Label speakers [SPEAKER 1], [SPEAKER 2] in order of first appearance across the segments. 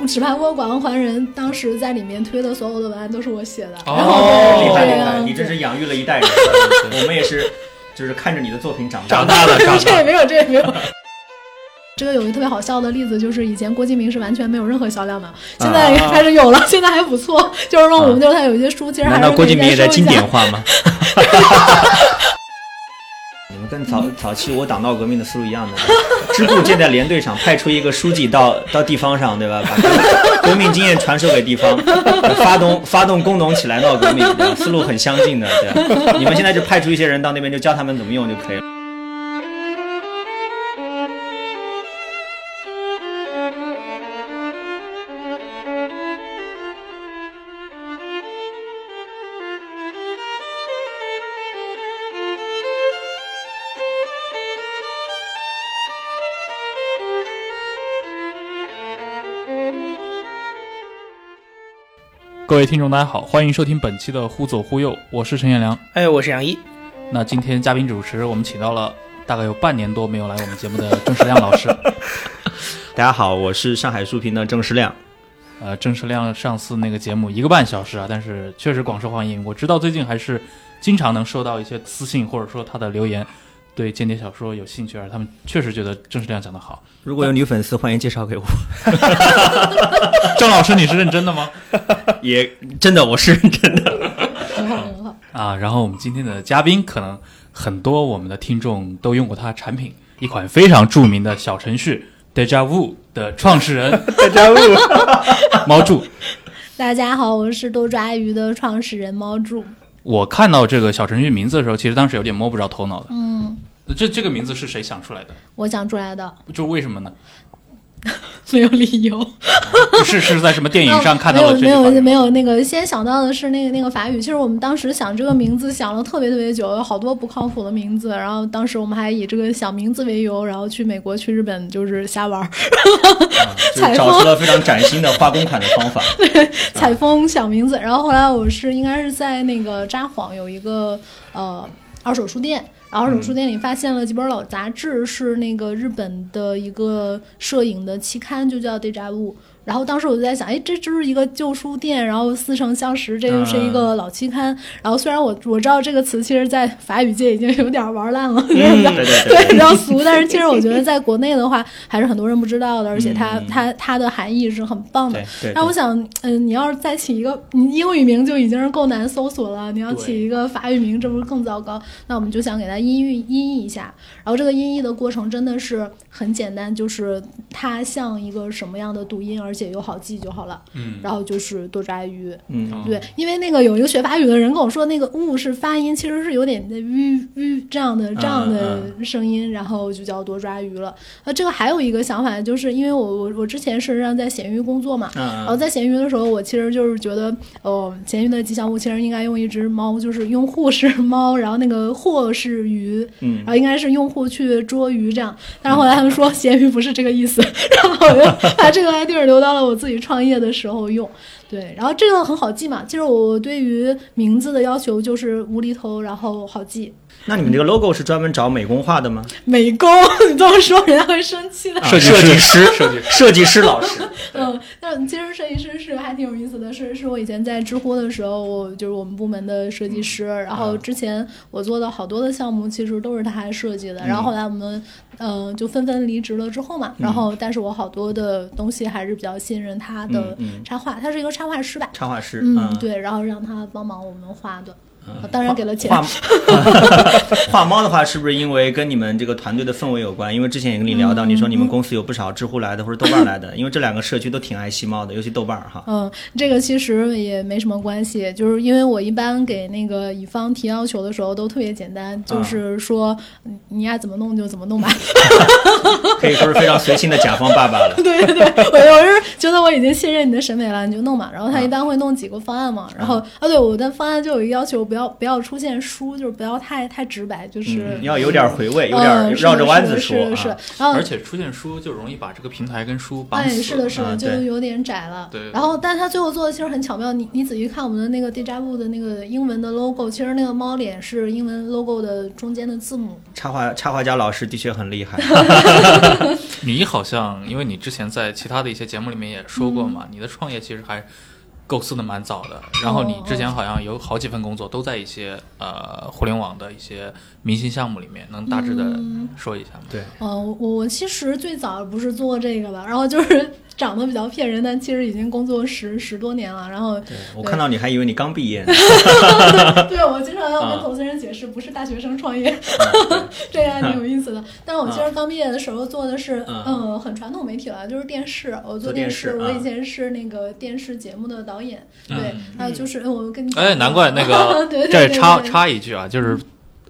[SPEAKER 1] 我只怕我拐弯还人，当时在里面推的所有的文案都是我写的。
[SPEAKER 2] 哦
[SPEAKER 1] 然后
[SPEAKER 2] 哦
[SPEAKER 3] 明白明白，
[SPEAKER 1] 对啊
[SPEAKER 3] 你真是养育了一代人，我们也是，就是看着你的作品长大
[SPEAKER 2] 长
[SPEAKER 3] 的。
[SPEAKER 2] 大了， 长
[SPEAKER 1] 这
[SPEAKER 2] 大
[SPEAKER 1] 也
[SPEAKER 2] 了。
[SPEAKER 1] 没有，这也没有。这个有一个特别好笑的例子，就是以前郭敬明是完全没有任何销量的，现在
[SPEAKER 2] 啊
[SPEAKER 1] 开始有了， 现在还不错。就是说，我们就是他有一些书，其实还
[SPEAKER 2] 难
[SPEAKER 1] 是
[SPEAKER 2] 道
[SPEAKER 1] 可以
[SPEAKER 2] 郭敬明也在
[SPEAKER 1] 再收
[SPEAKER 2] 经
[SPEAKER 1] 一下
[SPEAKER 2] 典化吗？
[SPEAKER 3] 你们跟早早期我党闹革命的思路一样的，支部建在连队上，派出一个书记到到地方上，对吧？把革命经验传授给地方，发动发动工农起来闹革命，对吧思路很相近的，对吧。你们现在就派出一些人到那边，就教他们怎么用就可以了。
[SPEAKER 4] 各位听众，大家好，欢迎收听本期的《忽左忽右》，我是陈彦良。
[SPEAKER 5] 哎，我是杨一，
[SPEAKER 4] 那今天嘉宾主持，我们请到了大概有半年多没有来我们节目的郑世亮老师。
[SPEAKER 3] 大家好，我是上海书评的郑世亮。
[SPEAKER 4] 呃，郑世亮上次那个节目一个半小时啊，但是确实广受欢迎。我知道最近还是经常能收到一些私信或者说他的留言，对间谍小说有兴趣，而他们确实觉得郑世亮讲得好。
[SPEAKER 3] 如果有女粉丝，欢迎介绍给我。
[SPEAKER 4] 郑老师，你是认真的吗？
[SPEAKER 3] 也真的，我 是认真的。
[SPEAKER 1] 很 好，很好。
[SPEAKER 4] 啊，然后我们今天的嘉宾可能很多我们的听众都用过他的产品，一款非常著名的小程序 Deja Vu 的创始 人 猫柱。
[SPEAKER 1] 大家好，我是多抓鱼的创始人猫柱。
[SPEAKER 4] 我看到这个小程序名字的时候，其实当时有点摸不着头脑的。
[SPEAKER 1] 嗯，
[SPEAKER 4] 这这个名字是谁想出来的？
[SPEAKER 1] 我想出来的，
[SPEAKER 4] 就为什么呢？
[SPEAKER 1] 没有理由。
[SPEAKER 4] 是是在什么电影上看到了这
[SPEAKER 1] 没
[SPEAKER 4] 句
[SPEAKER 1] 有
[SPEAKER 4] 话
[SPEAKER 1] 没有没有那个，先想到的是那个那个法语。其实我们当时想这个名字想了特别特别久，有好多不靠谱的名字。然后当时我们还以这个想名字为由，然后去美国、去日本就是瞎玩儿，
[SPEAKER 3] 就是找 出了非常崭新的画公款的方法。
[SPEAKER 1] 采风想名字。然后后来我是应该是在那个札幌有一个呃二手书店。然后二手书店里发现了几本老杂志，是那个日本的一个摄影的期刊，就叫《Deja Vu》。然后当时我就在想，哎，这就是一个旧书店，然后似曾相识，这又是一个老期刊。然后虽然我我知道这个词，其实在法语界已经有点玩烂了，就是
[SPEAKER 3] 嗯对对
[SPEAKER 1] 对，比较俗。但是其实我觉得在国内的话，还是很多人不知道的，而且它、它它的含义是很棒的
[SPEAKER 3] 对。对
[SPEAKER 1] 那我想，嗯、你要是再起一个，你英语名就已经是够难搜索了，你要
[SPEAKER 4] 对
[SPEAKER 1] 起一个法语名，这不是更糟糕？那我们就想给它音译音译一下。然后这个音译的过程真的是很简单，就是它像一个什么样的读音，而且又好记就好了。
[SPEAKER 4] 嗯，
[SPEAKER 1] 然后就是多抓鱼。
[SPEAKER 3] 嗯，
[SPEAKER 1] 对，因为那个有一个学法语的人跟我说，那个“呜”是发音，其实是有点的“吁吁”这样的这样
[SPEAKER 3] 嗯
[SPEAKER 1] 的声音，然后就叫多抓鱼了。呃，这个还有一个想法，就是因为我我我之前是让在闲鱼工作嘛，然后
[SPEAKER 3] 嗯，
[SPEAKER 1] 在闲鱼的时候，我其实就是觉得，哦，闲鱼的吉祥物其实应该用一只猫，就是用户是猫，然后那个货是鱼，
[SPEAKER 3] 嗯
[SPEAKER 1] 然后应该是用户去捉鱼这样。但是后来他们说闲鱼不是这个意思， 然后我就把这个 idea 留到了我自己创业的时候用。对，然后这个很好记嘛。其实我对于名字的要求就是无厘头，然后好记。
[SPEAKER 3] 那你们这个 logo 是专门找美工画的吗？
[SPEAKER 1] 美工， 你这么说人家会生气的。
[SPEAKER 3] 啊设
[SPEAKER 2] 计
[SPEAKER 3] 计
[SPEAKER 2] 师
[SPEAKER 3] 师， 设计师老师，
[SPEAKER 1] 嗯，但其实设计师是还挺有意思的，是是我以前在知乎的时候，我就是我们部门的设计师，
[SPEAKER 3] 嗯
[SPEAKER 1] 然后之前我做的好多的项目其实都是他设计的，然后后来我们嗯、呃就纷纷离职了之后嘛，然
[SPEAKER 3] 嗯
[SPEAKER 1] 后但是我好多的东西还是比较信任他的
[SPEAKER 3] 嗯嗯
[SPEAKER 1] 插画，他是一个插画师吧，
[SPEAKER 3] 插画师，
[SPEAKER 1] 嗯，对，然后让他帮忙我们画的，当然给了钱，
[SPEAKER 3] 嗯画 画猫的话，是不是因为跟你们这个团队的氛围有关？因为之前也跟你聊到，你说
[SPEAKER 1] 嗯
[SPEAKER 3] 你们公司有不少知乎来的或者豆瓣来的，因为这两个社区都挺爱惜猫的，尤其豆瓣儿 哈。
[SPEAKER 1] 嗯，这个其实也没什么关系，就是因为我一般给那个乙方提要求的时候都特别简单，就是说、嗯你爱怎么弄就怎么弄吧。
[SPEAKER 3] 可以说是非常随性的甲方爸爸了。
[SPEAKER 1] 对 对对，我我是觉得我已经信任你的审美了，你就弄嘛。然后
[SPEAKER 3] 嗯
[SPEAKER 1] 他一般会弄几个方案嘛，然后啊对，我的方案就有一个要求，不要不要出现书，就是不要太太直白，就是、
[SPEAKER 3] 嗯，要有点回味，有
[SPEAKER 1] 嗯
[SPEAKER 3] 点
[SPEAKER 1] 是
[SPEAKER 3] 绕着弯子
[SPEAKER 1] 是
[SPEAKER 3] 说
[SPEAKER 1] 是是
[SPEAKER 3] 啊。
[SPEAKER 1] 然后
[SPEAKER 4] 而且出现书就容易把这个平台跟书绑
[SPEAKER 1] 哎，
[SPEAKER 4] 死。啊
[SPEAKER 1] 是的，是的，
[SPEAKER 3] 嗯
[SPEAKER 1] 就
[SPEAKER 3] 对
[SPEAKER 1] 有点窄了。
[SPEAKER 4] 对
[SPEAKER 1] 然后，但是他最后做的其实很巧妙。你你仔细看我们的那个 Deja Vu 的那个英文的 logo，其实那个猫脸是英文 logo 的中间的字母。
[SPEAKER 3] 插画插画家老师的确很厉害，
[SPEAKER 4] 你好像，因为你之前在其他的一些节目里面也说过嘛，你的创业其实还构思的蛮早的。然后你之前好像有好几份工作都在一些呃互联网的一些明星项目里面，能大致的说一下吗？
[SPEAKER 3] 对，
[SPEAKER 1] 哦，我我其实最早不是做这个吧，然后就是 长得比较骗人，但其实已经工作十十多年了。然 后
[SPEAKER 3] 我看到你还以为你刚毕业呢。
[SPEAKER 1] 对我经常要跟
[SPEAKER 3] 啊
[SPEAKER 1] 投资人解释，不是大学生创业，
[SPEAKER 3] 嗯
[SPEAKER 1] 这个还啊挺有意思的。但我其实刚毕业的时候做的是，
[SPEAKER 3] 嗯
[SPEAKER 1] 嗯，很传统媒体了，就是电视。我
[SPEAKER 3] 做
[SPEAKER 1] 电
[SPEAKER 3] 电视
[SPEAKER 1] 我
[SPEAKER 3] 啊
[SPEAKER 1] 以前是那个电视节目的导演，
[SPEAKER 4] 嗯
[SPEAKER 1] 对，还有就是我跟你讲
[SPEAKER 4] 哎，难怪那 个
[SPEAKER 1] 对对
[SPEAKER 4] 这
[SPEAKER 1] 对
[SPEAKER 4] 儿插
[SPEAKER 1] 对
[SPEAKER 4] 插一句啊，就是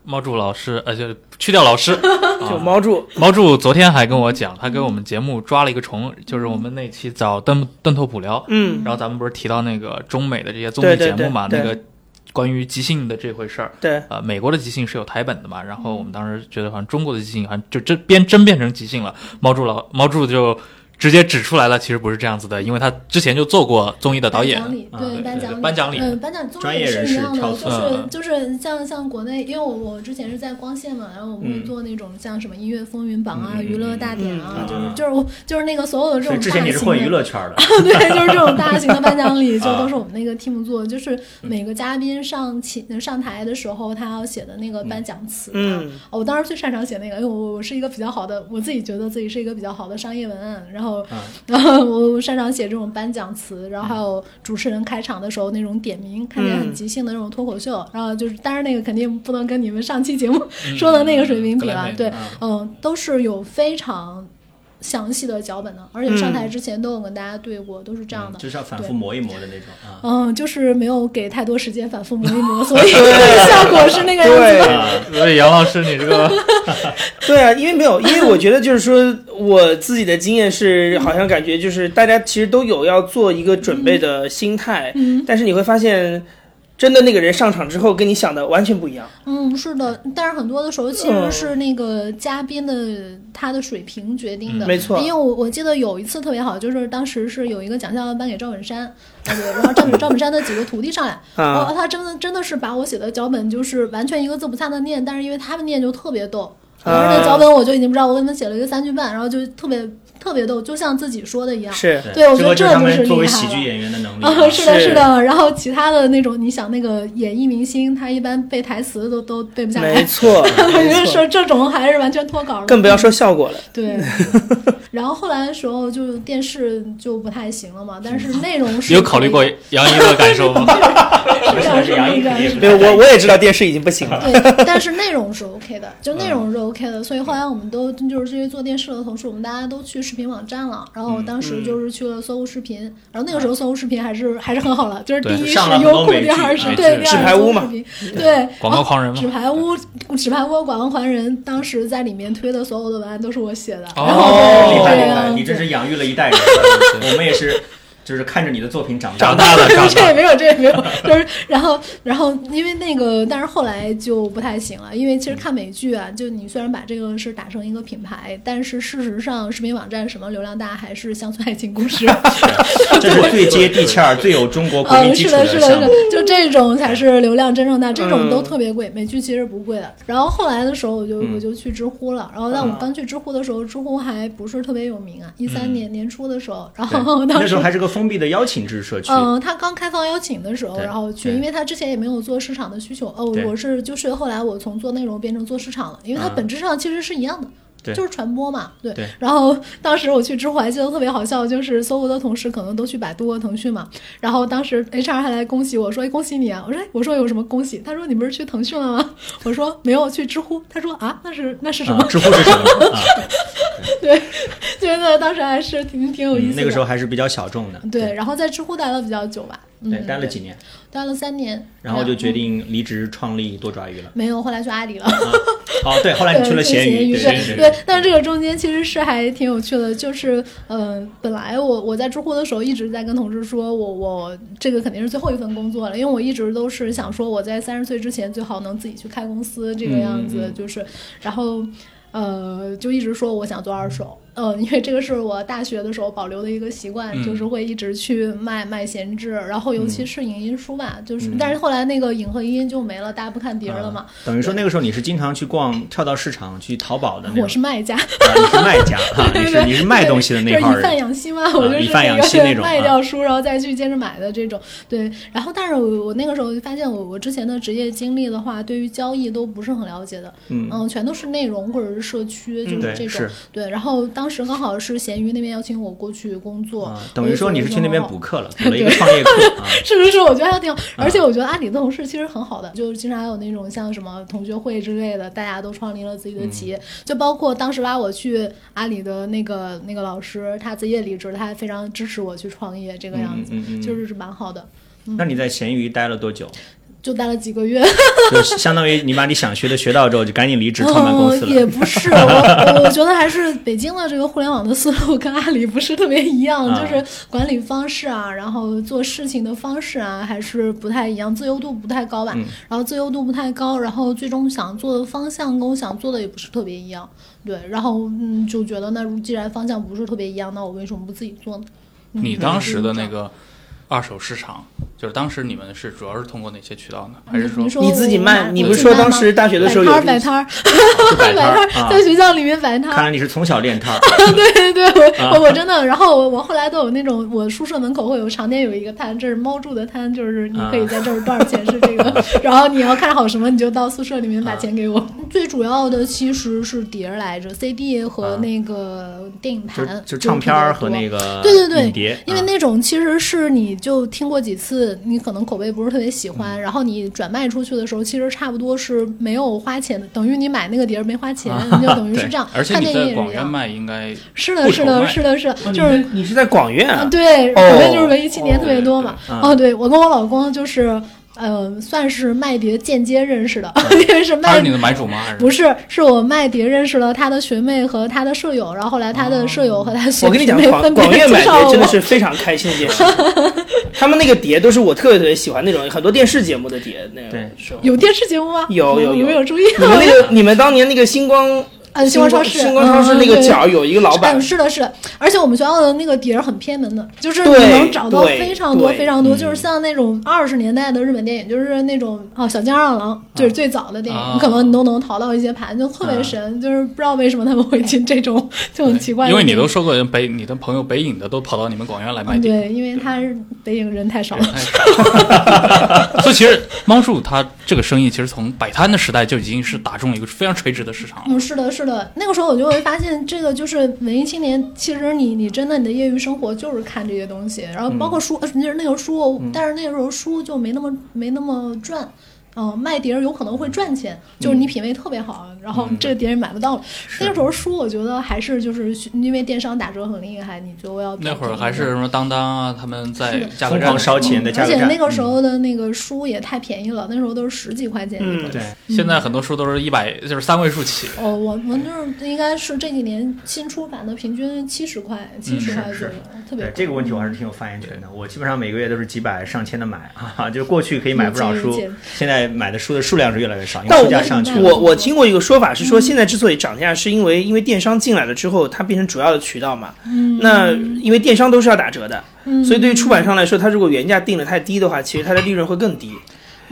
[SPEAKER 4] 猫柱老师，呃，就是去掉老师，
[SPEAKER 2] 就
[SPEAKER 4] 啊、
[SPEAKER 2] 猫住，
[SPEAKER 4] 猫柱昨天还跟我讲，他给我们节目抓了一个虫，就是我们那期找邓邓拓普聊，
[SPEAKER 2] 嗯，
[SPEAKER 4] 然后咱们不是提到那个中美的这些综艺
[SPEAKER 2] 对对
[SPEAKER 4] 节目嘛，
[SPEAKER 2] 对对
[SPEAKER 4] 那个关于即兴的这回事儿。
[SPEAKER 2] 对，
[SPEAKER 4] 呃，美国的即兴是有台本的嘛，然后我们当时觉得好像中国的即兴好像就真变真变成即兴了，猫柱老猫柱就直接指出来了，其实不是这样子的，因为他之前就做过综艺的导演
[SPEAKER 1] 颁奖，礼
[SPEAKER 3] 啊
[SPEAKER 1] 对
[SPEAKER 4] 对
[SPEAKER 1] 颁
[SPEAKER 4] 对
[SPEAKER 1] 奖
[SPEAKER 4] 颁奖礼
[SPEAKER 1] 嗯，颁奖综
[SPEAKER 3] 专
[SPEAKER 1] 艺
[SPEAKER 3] 业
[SPEAKER 1] 也
[SPEAKER 3] 人
[SPEAKER 1] 是一
[SPEAKER 3] 士
[SPEAKER 1] 样的，
[SPEAKER 3] 挑
[SPEAKER 1] 就
[SPEAKER 3] 刺
[SPEAKER 1] 是
[SPEAKER 4] 嗯
[SPEAKER 1] 就是像像国内，因为我我之前是在光线嘛，然后我们会
[SPEAKER 3] 嗯
[SPEAKER 1] 做那种像什么音乐风云榜啊、
[SPEAKER 3] 嗯嗯嗯
[SPEAKER 1] 娱乐大典啊
[SPEAKER 3] 嗯，啊
[SPEAKER 1] 就是就是就是那个所有的这种
[SPEAKER 3] 所以
[SPEAKER 1] 大
[SPEAKER 3] 之
[SPEAKER 1] 型
[SPEAKER 3] 前你
[SPEAKER 1] 的
[SPEAKER 3] 是混娱乐圈的，
[SPEAKER 1] 对，就是这种大型的颁奖礼，就
[SPEAKER 3] 啊
[SPEAKER 1] 都是我们那个 team 做的，就是每个嘉宾上起上台的时候，他要写的那个颁奖词。
[SPEAKER 2] 嗯
[SPEAKER 1] 哦，我当时最擅长写那个，因为我我是一个比较好的，我自己觉得自己是一个比较好的商业文案，然后、
[SPEAKER 3] 嗯
[SPEAKER 1] 然后我擅长写这种颁奖词，然后还有主持人开场的时候那种点名，看起来很即兴的那种脱口秀，然后就是，当然那个肯定不能跟你们上期节目说的那个水平比了，
[SPEAKER 4] 嗯
[SPEAKER 1] 对
[SPEAKER 4] 嗯，
[SPEAKER 1] 嗯，都是有非常详细的脚本的，而且上台之前都有跟大家对过，都是这样的。
[SPEAKER 3] 嗯就是要反复磨一磨的那种啊。
[SPEAKER 1] 嗯，就是没有给太多时间反复磨一磨，所以 效果是那个样子。
[SPEAKER 2] 对。
[SPEAKER 3] 啊，
[SPEAKER 4] 所以杨老师你这个
[SPEAKER 2] 对啊，因为没有，因为我觉得就是说，我自己的经验是，好像感觉就是大家其实都有要做一个准备的心态，
[SPEAKER 1] 嗯
[SPEAKER 2] 但是你会发现，真的那个人上场之后跟你想的完全不一样。
[SPEAKER 1] 嗯，是的，但是很多的时候其实是那个嘉宾的他的水平决定的，
[SPEAKER 2] 嗯没错
[SPEAKER 1] 因为我我记得有一次特别好，就是当时是有一个奖项颁给赵本山，啊对，然后赵本赵本山的几个徒弟上来，
[SPEAKER 2] 啊
[SPEAKER 1] 然后哦他真的真的是把我写的脚本就是完全一个字不差的念，但是因为他们念就特别逗，
[SPEAKER 2] 啊
[SPEAKER 1] 而且脚本我就已经不知道，我给他们写了一个三句半，然后就特别特别逗，就像自己说的一样。
[SPEAKER 2] 是，
[SPEAKER 1] 对我觉
[SPEAKER 3] 这
[SPEAKER 1] 得
[SPEAKER 3] 个
[SPEAKER 1] 这
[SPEAKER 3] 就是他
[SPEAKER 1] 就是
[SPEAKER 3] 们作为
[SPEAKER 1] 厉害
[SPEAKER 3] 喜
[SPEAKER 1] 了
[SPEAKER 3] 剧演员的能力
[SPEAKER 1] 啊，
[SPEAKER 3] 啊。
[SPEAKER 1] 是的，
[SPEAKER 2] 是
[SPEAKER 1] 是的。然后其他的那种，你想那个演艺明星，他一般背台词都都背不下
[SPEAKER 2] 没
[SPEAKER 1] 来，
[SPEAKER 2] 错，没错，
[SPEAKER 1] 说这种还是完全脱稿的，
[SPEAKER 2] 更不要说效果了。
[SPEAKER 1] 对。然后后来的时候，就电视就不太行了嘛，但是内容是
[SPEAKER 4] 有考虑过
[SPEAKER 1] 是
[SPEAKER 4] 杨一的感受吗？
[SPEAKER 1] 这样 是
[SPEAKER 3] 杨
[SPEAKER 1] 那
[SPEAKER 3] 一
[SPEAKER 1] 个
[SPEAKER 3] 肯
[SPEAKER 1] 样
[SPEAKER 3] 定是
[SPEAKER 1] 是
[SPEAKER 2] 没有，我我也知道电视已经不行 了。
[SPEAKER 1] 对，但是内容是 OK 的，就内容是 OK 的，所以后来我们都就是这些做电视的同事，我们大家都去视频网站了。然后当时就是去了搜狐视频，然后那个时候搜狐视频还是还是很好了，就是第
[SPEAKER 4] 对
[SPEAKER 1] 一
[SPEAKER 3] 上了
[SPEAKER 1] 是
[SPEAKER 3] 很
[SPEAKER 1] 优
[SPEAKER 3] 多
[SPEAKER 1] 酷，
[SPEAKER 3] 美
[SPEAKER 1] 第二
[SPEAKER 3] 剧
[SPEAKER 1] 是
[SPEAKER 4] 美
[SPEAKER 1] 对，
[SPEAKER 4] 剧
[SPEAKER 1] 第二是
[SPEAKER 2] 纸牌
[SPEAKER 1] 搜
[SPEAKER 2] 屋
[SPEAKER 1] 狐
[SPEAKER 2] 嘛
[SPEAKER 1] 视频，对，哦
[SPEAKER 4] 广告狂人
[SPEAKER 1] 纸
[SPEAKER 4] 嘛，
[SPEAKER 1] 牌屋，纸牌屋广告还人，当时在里面推的所有的文案都是我写的。
[SPEAKER 4] 哦
[SPEAKER 1] 然后
[SPEAKER 2] 哦
[SPEAKER 3] 厉
[SPEAKER 1] 对
[SPEAKER 3] 害厉
[SPEAKER 1] 啊
[SPEAKER 3] 害，你真是养育了一代人。 我们也是，就是看着你的作品长大
[SPEAKER 4] 长
[SPEAKER 3] 的。
[SPEAKER 4] 大了，长
[SPEAKER 1] 这
[SPEAKER 4] 大
[SPEAKER 1] 也
[SPEAKER 4] 了。
[SPEAKER 1] 没有，这也没有，就是然后然后因为那个，但是后来就不太行了，因为其实看美剧啊，就你虽然把这个是打成一个品牌，但是事实上视频网站什么流量大还是乡村爱情故事，
[SPEAKER 3] 这是最接地气儿、最有中国国民
[SPEAKER 1] 嗯，
[SPEAKER 3] 基
[SPEAKER 1] 是
[SPEAKER 3] 础
[SPEAKER 1] 的，是的，
[SPEAKER 3] 项
[SPEAKER 1] 是的
[SPEAKER 3] 目。，
[SPEAKER 1] 就这种才是流量真正大，这种都
[SPEAKER 2] 嗯
[SPEAKER 1] 特别贵，美剧其实不贵的。然后后来的时候，我就我就去知乎了，然后但我
[SPEAKER 2] 啊
[SPEAKER 1] 刚去知乎的时候，知乎还不是特别有名啊，一三年年初的时候，然后
[SPEAKER 3] 对
[SPEAKER 1] 哦当
[SPEAKER 3] 那时
[SPEAKER 1] 时
[SPEAKER 3] 候。还是个封闭的邀请制社区，
[SPEAKER 1] 嗯，他刚开放邀请的时候，
[SPEAKER 3] 对
[SPEAKER 1] 然后去，
[SPEAKER 3] 对
[SPEAKER 1] 因为他之前也没有做市场的需求。哦，
[SPEAKER 3] 对
[SPEAKER 1] 我是就是后来我从做内容变成做市场了，因为它
[SPEAKER 3] 啊
[SPEAKER 1] 本质上其实是一样的。
[SPEAKER 3] 对
[SPEAKER 1] 就是传播嘛，对。
[SPEAKER 3] 对
[SPEAKER 1] 然后当时我去知乎，还记得特别好笑，就是搜狐的同事可能都去百度和腾讯嘛，然后当时 HR 还来恭喜我说：“哎，恭喜你啊！”我说：“哎，我说有什么恭喜？”他说：“你不是去腾讯了吗？”我说：“没有，去知乎。”他说：“啊，那是那是什么
[SPEAKER 3] 啊，知乎是什么？啊，？”
[SPEAKER 1] 觉得当时还是挺哦挺有意思的。
[SPEAKER 3] 嗯那个时候还是比较小众的。
[SPEAKER 1] 对，然后在知乎待了比较久吧，嗯，
[SPEAKER 3] 对，待了几年，
[SPEAKER 1] 待了三年，
[SPEAKER 3] 然后就决
[SPEAKER 1] 定。
[SPEAKER 3] 定离职创立多爪鱼了。
[SPEAKER 1] 没有，后来去阿里 了。
[SPEAKER 3] 哦，对，后来你去 了
[SPEAKER 1] 对
[SPEAKER 3] 咸鱼，
[SPEAKER 1] 对
[SPEAKER 3] 对
[SPEAKER 1] 对，但是这个中间其实是还挺有趣的，就是嗯，本来我我在知乎的时候一直在跟同事说我我这个肯定是最后一份工作了，因为我一直都是想说我在三十岁之前最好能自己去开公司这个样
[SPEAKER 3] 嗯
[SPEAKER 1] 子，
[SPEAKER 3] 嗯嗯
[SPEAKER 1] 就是然后。呃，就一直说我想做二手，呃，因为这个是我大学的时候保留的一个习惯，
[SPEAKER 4] 嗯
[SPEAKER 1] 就是会一直去卖卖闲置，然后尤其是影音书吧，就是、
[SPEAKER 3] 嗯啊
[SPEAKER 1] 但是后来那个影和音就没了，大家不看碟儿了嘛。
[SPEAKER 3] 等于说那个时候你是经常去逛跳蚤市场、去淘宝的那种，
[SPEAKER 1] 我是卖家，
[SPEAKER 3] 啊你是卖家 哈、你是你是卖东西的那
[SPEAKER 1] 就是
[SPEAKER 3] 号
[SPEAKER 1] 以贩
[SPEAKER 3] 人，
[SPEAKER 1] 养吸嘛，我就是
[SPEAKER 3] 以贩养吸那
[SPEAKER 1] 那
[SPEAKER 3] 种
[SPEAKER 1] 个
[SPEAKER 3] 啊
[SPEAKER 1] 卖掉书，然后再去接着买的这种。对，然后但是我我那个时候就发现我，我之前的职业经历的话，对于交易都不是很了解的，
[SPEAKER 3] 嗯
[SPEAKER 1] 嗯，全都是内容或者是社区，就
[SPEAKER 3] 对
[SPEAKER 1] 这种
[SPEAKER 3] 是。
[SPEAKER 1] 对，然后当时刚好是闲鱼那边邀请我过去工作，
[SPEAKER 3] 啊，等于说你是去那边
[SPEAKER 1] 我就觉得
[SPEAKER 3] 补课了，补了一个创 业课啊。
[SPEAKER 1] 是是是，我觉得还挺好，
[SPEAKER 3] 啊
[SPEAKER 1] 而且我觉得阿里的同事其实很好的，就是经常还有那种像什么同学会之类的，大家都创立了自己的
[SPEAKER 3] 嗯
[SPEAKER 1] 企业，就包括当时拉我去阿里的那个那个老师，他自己也离职，他还非常支持我去创业这个样
[SPEAKER 3] 嗯
[SPEAKER 1] 子，
[SPEAKER 3] 嗯嗯，
[SPEAKER 1] 就是嗯是蛮好的，
[SPEAKER 3] 那你在闲鱼待了多久？
[SPEAKER 1] 就待了几个月，
[SPEAKER 3] 就相当于你把你想学的学到之后，就赶紧离职创办公司
[SPEAKER 1] 嗯，也
[SPEAKER 3] 了。
[SPEAKER 1] 不是，我我觉得还是北京的这个互联网的思路跟阿里不是特别一样，
[SPEAKER 3] 啊
[SPEAKER 1] 就是管理方式啊，然后做事情的方式啊，还是不太一样，自由度不太高吧。
[SPEAKER 3] 嗯
[SPEAKER 1] 然后自由度不太高，然后最终想做的方向跟我想做的也不是特别一样，对，然后嗯就觉得那如既然方向不是特别一样，那我为什么不自己做呢？嗯
[SPEAKER 4] 你当时的
[SPEAKER 1] 就是这
[SPEAKER 4] 那
[SPEAKER 1] 样
[SPEAKER 4] 个二手市场，就是当时你们是主要是通过哪些渠道呢？还
[SPEAKER 1] 你
[SPEAKER 4] 是说
[SPEAKER 1] 你说
[SPEAKER 2] 你自己
[SPEAKER 1] 我
[SPEAKER 2] 卖，
[SPEAKER 1] 我
[SPEAKER 2] 你
[SPEAKER 1] 自
[SPEAKER 2] 不
[SPEAKER 1] 己
[SPEAKER 2] 是说
[SPEAKER 1] 卖
[SPEAKER 2] 当
[SPEAKER 1] 吗
[SPEAKER 2] 时大学的时候有
[SPEAKER 1] 摆摊儿摆
[SPEAKER 3] 就摆
[SPEAKER 1] 摊
[SPEAKER 3] 摊
[SPEAKER 1] 儿 摆
[SPEAKER 3] 儿
[SPEAKER 1] 摊
[SPEAKER 3] 啊
[SPEAKER 1] 儿，在，学校里面摆摊儿，
[SPEAKER 3] 看来你是从小练摊儿。
[SPEAKER 1] 对对对，
[SPEAKER 3] 啊
[SPEAKER 1] 我、我真的，然后我我后来都有那种，我宿舍门口会有常年有一个摊，这是猫住的摊，就是你可以在这儿多少钱是这个， 然后你要看好什么，你就到宿舍里面把钱给我。
[SPEAKER 3] 嗯
[SPEAKER 1] 最主要的其实是碟儿来着，CD 和那个电影
[SPEAKER 3] 就
[SPEAKER 1] 盘，
[SPEAKER 3] 啊就唱片儿和
[SPEAKER 1] 个。
[SPEAKER 3] 那个
[SPEAKER 1] 对对对
[SPEAKER 3] 影碟，
[SPEAKER 1] 因为
[SPEAKER 3] 啊
[SPEAKER 1] 那种其实是你就听过几次，你可能口碑不是特别喜
[SPEAKER 3] 嗯
[SPEAKER 1] 欢，然后你转卖出去的时候，其实差不多是没有花钱的，等于你买那个碟儿没花钱，
[SPEAKER 3] 啊
[SPEAKER 1] 你就等于是这样。
[SPEAKER 4] 而且
[SPEAKER 1] 啊看
[SPEAKER 4] 你
[SPEAKER 1] 电影也是
[SPEAKER 4] 在广
[SPEAKER 1] 一
[SPEAKER 4] 元
[SPEAKER 1] 样。
[SPEAKER 4] 卖应该
[SPEAKER 1] 是
[SPEAKER 4] 不
[SPEAKER 1] 的，
[SPEAKER 4] 愁
[SPEAKER 1] 是的，
[SPEAKER 4] 卖
[SPEAKER 1] 是的，是的，就
[SPEAKER 2] 就是是哦你是在广院
[SPEAKER 1] 啊，
[SPEAKER 2] 啊，
[SPEAKER 1] 对，
[SPEAKER 2] 哦嗯
[SPEAKER 1] 可能就是文艺青年特别多嘛。
[SPEAKER 3] 对对
[SPEAKER 1] 哦，对，我跟我老公就是，呃，算是卖碟间接认识
[SPEAKER 2] 嗯
[SPEAKER 1] 的，因为是
[SPEAKER 4] 他
[SPEAKER 1] 卖
[SPEAKER 4] 是你的买主吗？还是
[SPEAKER 1] 不是，是我卖碟认识了他的学妹和他的舍友，然后后来他的舍友和他学
[SPEAKER 2] 哦我跟你
[SPEAKER 1] 学
[SPEAKER 2] 讲，
[SPEAKER 1] 妹
[SPEAKER 2] 广
[SPEAKER 1] 分别
[SPEAKER 2] 广院买
[SPEAKER 1] 介绍
[SPEAKER 2] 碟
[SPEAKER 1] 我
[SPEAKER 2] 真的是非常开心的一件事。 他们那个碟都是我特别特别喜欢那种很多电视节目的碟，那个
[SPEAKER 3] 对
[SPEAKER 2] 时候
[SPEAKER 1] 有电视节目吗？
[SPEAKER 2] 有有
[SPEAKER 1] 我
[SPEAKER 2] 有
[SPEAKER 1] 没有注意？
[SPEAKER 2] 你们那个你们当年那个星光
[SPEAKER 1] 嗯，新华超市，
[SPEAKER 2] 星光超市
[SPEAKER 1] 嗯
[SPEAKER 2] 那个
[SPEAKER 1] 对
[SPEAKER 2] 角有一个老板
[SPEAKER 1] 嗯，，是的，是的，而且我们学校的那个碟儿很偏门的，就是你
[SPEAKER 2] 对
[SPEAKER 1] 能找到
[SPEAKER 2] 对
[SPEAKER 1] 非常多
[SPEAKER 2] 对
[SPEAKER 1] 非常多，
[SPEAKER 3] 嗯
[SPEAKER 1] 就是像那种二十年代的日本电影，就是那种哦小江二郎，就是最早的电影，
[SPEAKER 4] 啊
[SPEAKER 1] 你可能你都能淘到一些盘，就特别
[SPEAKER 3] 啊
[SPEAKER 1] 神，就是不知道为什么他们会进这种这种奇怪的
[SPEAKER 4] 因
[SPEAKER 1] 地方。
[SPEAKER 4] 为你都说过，北你的朋友北影的都跑到你们广元来卖
[SPEAKER 1] 嗯
[SPEAKER 4] 碟，
[SPEAKER 1] 对，啊因为他是北影人太少了
[SPEAKER 4] 人，太少 所以其实猫叔他这个生意，其实从摆摊的时代就已经是打中了一个非常垂直的市场了。
[SPEAKER 1] 嗯，是的，是的，那个时候我就会发现，这个就是文艺青年。其实你你真的你的业余生活就是看这些东西，然后包括书，呃那、那个书，但是那个时候书就没那么没那么赚。嗯、卖碟儿有可能会赚钱，就是你品味特别好，然后这个碟儿也买不到了。那个时候书，我觉得还是就是因为电商打折很厉害，你就要
[SPEAKER 4] 那会
[SPEAKER 1] 便宜
[SPEAKER 4] 儿还是什么当当啊，他们在
[SPEAKER 1] 嗯是的
[SPEAKER 4] 价格
[SPEAKER 3] 疯
[SPEAKER 4] 战
[SPEAKER 3] 狂烧钱的
[SPEAKER 1] 嗯而
[SPEAKER 3] 价格
[SPEAKER 1] 且
[SPEAKER 3] 战。
[SPEAKER 1] 那个时候的那个书也太便宜了，那时候都是十几块钱一本
[SPEAKER 2] 嗯
[SPEAKER 3] 嗯，对，
[SPEAKER 4] 现在很多书都是一百，就是三位数 起。
[SPEAKER 1] 哦，我我就是应该是这几年新出版的平均七十块，七
[SPEAKER 2] 嗯
[SPEAKER 1] 十块左右，特别嗯贵
[SPEAKER 3] 对这个问题我还是挺有发言权的。我基本上每个月都是几百上千的买，哈、哈，就过去可以买不少
[SPEAKER 1] 理
[SPEAKER 3] 书
[SPEAKER 1] 解理解，
[SPEAKER 3] 现在买的书的数量是越来越少，因
[SPEAKER 2] 但
[SPEAKER 3] 为
[SPEAKER 2] 我
[SPEAKER 3] 书价上去
[SPEAKER 1] 对
[SPEAKER 3] 了。
[SPEAKER 2] 我我听过一个说法是说，现在之所以涨价，是因为因为电商进来了之后，它变成主要的渠道嘛。嗯，那因为电商都是要打折的，
[SPEAKER 1] 嗯
[SPEAKER 2] 所以对于出版商来说，它如果原价定的太低的话，其实它的利润会更低。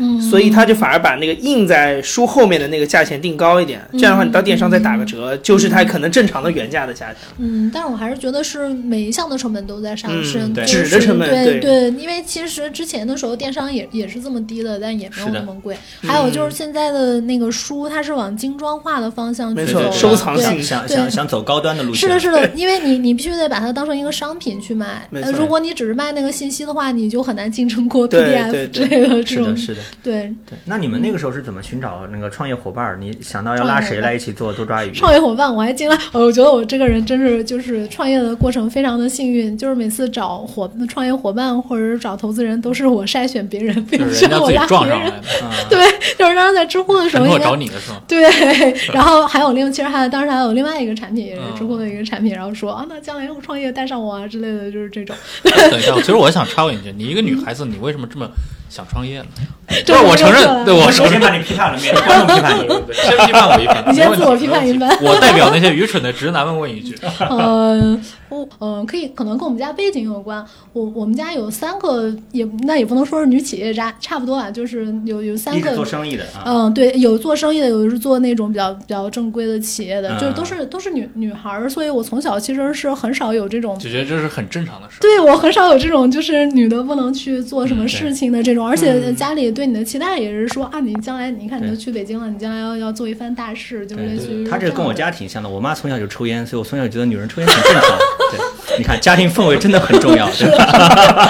[SPEAKER 1] 嗯，
[SPEAKER 2] 所以它就反而把那个印在书后面的那个价钱定高一点，
[SPEAKER 1] 嗯
[SPEAKER 2] 这样的话你到电商再打个折，就是它可能正常的原价的价钱。
[SPEAKER 1] 嗯，但是我还是觉得是每一项的成本都在上
[SPEAKER 2] 嗯
[SPEAKER 1] 升，
[SPEAKER 3] 对
[SPEAKER 1] 就是
[SPEAKER 2] 纸的成本
[SPEAKER 1] 对
[SPEAKER 2] 对
[SPEAKER 1] 因为其实之前的时候电商也也是这么低的，但也没有
[SPEAKER 3] 是的
[SPEAKER 1] 那么贵。还有
[SPEAKER 2] 嗯
[SPEAKER 1] 就是现在的那个书，它是往精装化的方向
[SPEAKER 2] 没
[SPEAKER 1] 去
[SPEAKER 2] 错
[SPEAKER 1] 走的，
[SPEAKER 2] 收藏
[SPEAKER 1] 对
[SPEAKER 2] 性
[SPEAKER 3] 想
[SPEAKER 1] 对
[SPEAKER 3] 想想走高端的路线，
[SPEAKER 1] 是的，是的， 因为你你必须得把它当成一个商品去卖。
[SPEAKER 2] 没
[SPEAKER 1] 呃
[SPEAKER 2] 错
[SPEAKER 1] 如果你只是卖那个信息的话，你就很难竞争过
[SPEAKER 2] 对对
[SPEAKER 1] PDF 之
[SPEAKER 2] 对
[SPEAKER 1] 类的
[SPEAKER 3] 是
[SPEAKER 1] 这种
[SPEAKER 3] 的，。是的，
[SPEAKER 1] 对，
[SPEAKER 3] 对。那你们那个时候是怎么寻找那个创业伙伴儿？你想到要拉谁来一起做多抓鱼？
[SPEAKER 1] 创业伙伴，我还经常，呃 我觉得我这个人真是就是创业的过程非常的幸运，就是每次找伙创业伙伴或者是找投资人，都是我筛选别人，并
[SPEAKER 4] 就
[SPEAKER 1] 不
[SPEAKER 4] 是
[SPEAKER 1] 是
[SPEAKER 4] 人家
[SPEAKER 1] 我
[SPEAKER 4] 自己
[SPEAKER 1] 拉别
[SPEAKER 4] 撞上
[SPEAKER 1] 人。
[SPEAKER 4] 来的，
[SPEAKER 3] 嗯
[SPEAKER 1] 对，就是当时在知乎的时
[SPEAKER 4] 全
[SPEAKER 1] 候，
[SPEAKER 4] 给
[SPEAKER 1] 应
[SPEAKER 4] 我
[SPEAKER 1] 该
[SPEAKER 4] 找你的是吗？
[SPEAKER 1] 对， 然后还有另，其实还当时还有另外一个产品，也是知乎的一个产品，然后说啊，那将来要创业带上我啊之 类的，就是这种。
[SPEAKER 4] 哎等一下，其实我想插问一句，你一个女孩子，你为什么这么想创业呢？
[SPEAKER 1] 这
[SPEAKER 4] 不是我承
[SPEAKER 1] 又过来
[SPEAKER 4] 认，对我承
[SPEAKER 3] 首
[SPEAKER 4] 认
[SPEAKER 3] 先，把你批判了，免得观众批判你。
[SPEAKER 4] 先批判我一番，
[SPEAKER 1] 你先
[SPEAKER 4] 没问题
[SPEAKER 1] 自我批判一番
[SPEAKER 4] 没问题我代表那些愚蠢的直男们问一句：
[SPEAKER 1] 呃，我呃，可以可能跟我们家背景有关。我我们家有三个，也那也不能说是女企业家，差不多吧，就是有有三
[SPEAKER 3] 你是
[SPEAKER 1] 个
[SPEAKER 3] 做生意的啊，
[SPEAKER 1] 嗯，对，有做生意的，有是做那种比较比较正规的企业的，就是都
[SPEAKER 3] 嗯
[SPEAKER 1] 是都是女女孩儿，所以我从小其实是很少有这种，
[SPEAKER 4] 就觉得这是很正常的 事。
[SPEAKER 1] 对我很少有这种就是女的不能去做什么
[SPEAKER 4] 嗯
[SPEAKER 1] 事情的这种，而且家里对你的期待也是说啊，你将来你看你
[SPEAKER 3] 嗯对
[SPEAKER 1] 都去北京了，你将来要要做一番大事，就是类
[SPEAKER 3] 对
[SPEAKER 1] 似于
[SPEAKER 3] 他这
[SPEAKER 1] 这
[SPEAKER 3] 个跟我
[SPEAKER 1] 样的
[SPEAKER 3] 家挺像的。我妈从小就抽烟，所以我从小就觉得女人抽烟很正常。对，你看家庭氛围真的很重要，对吧？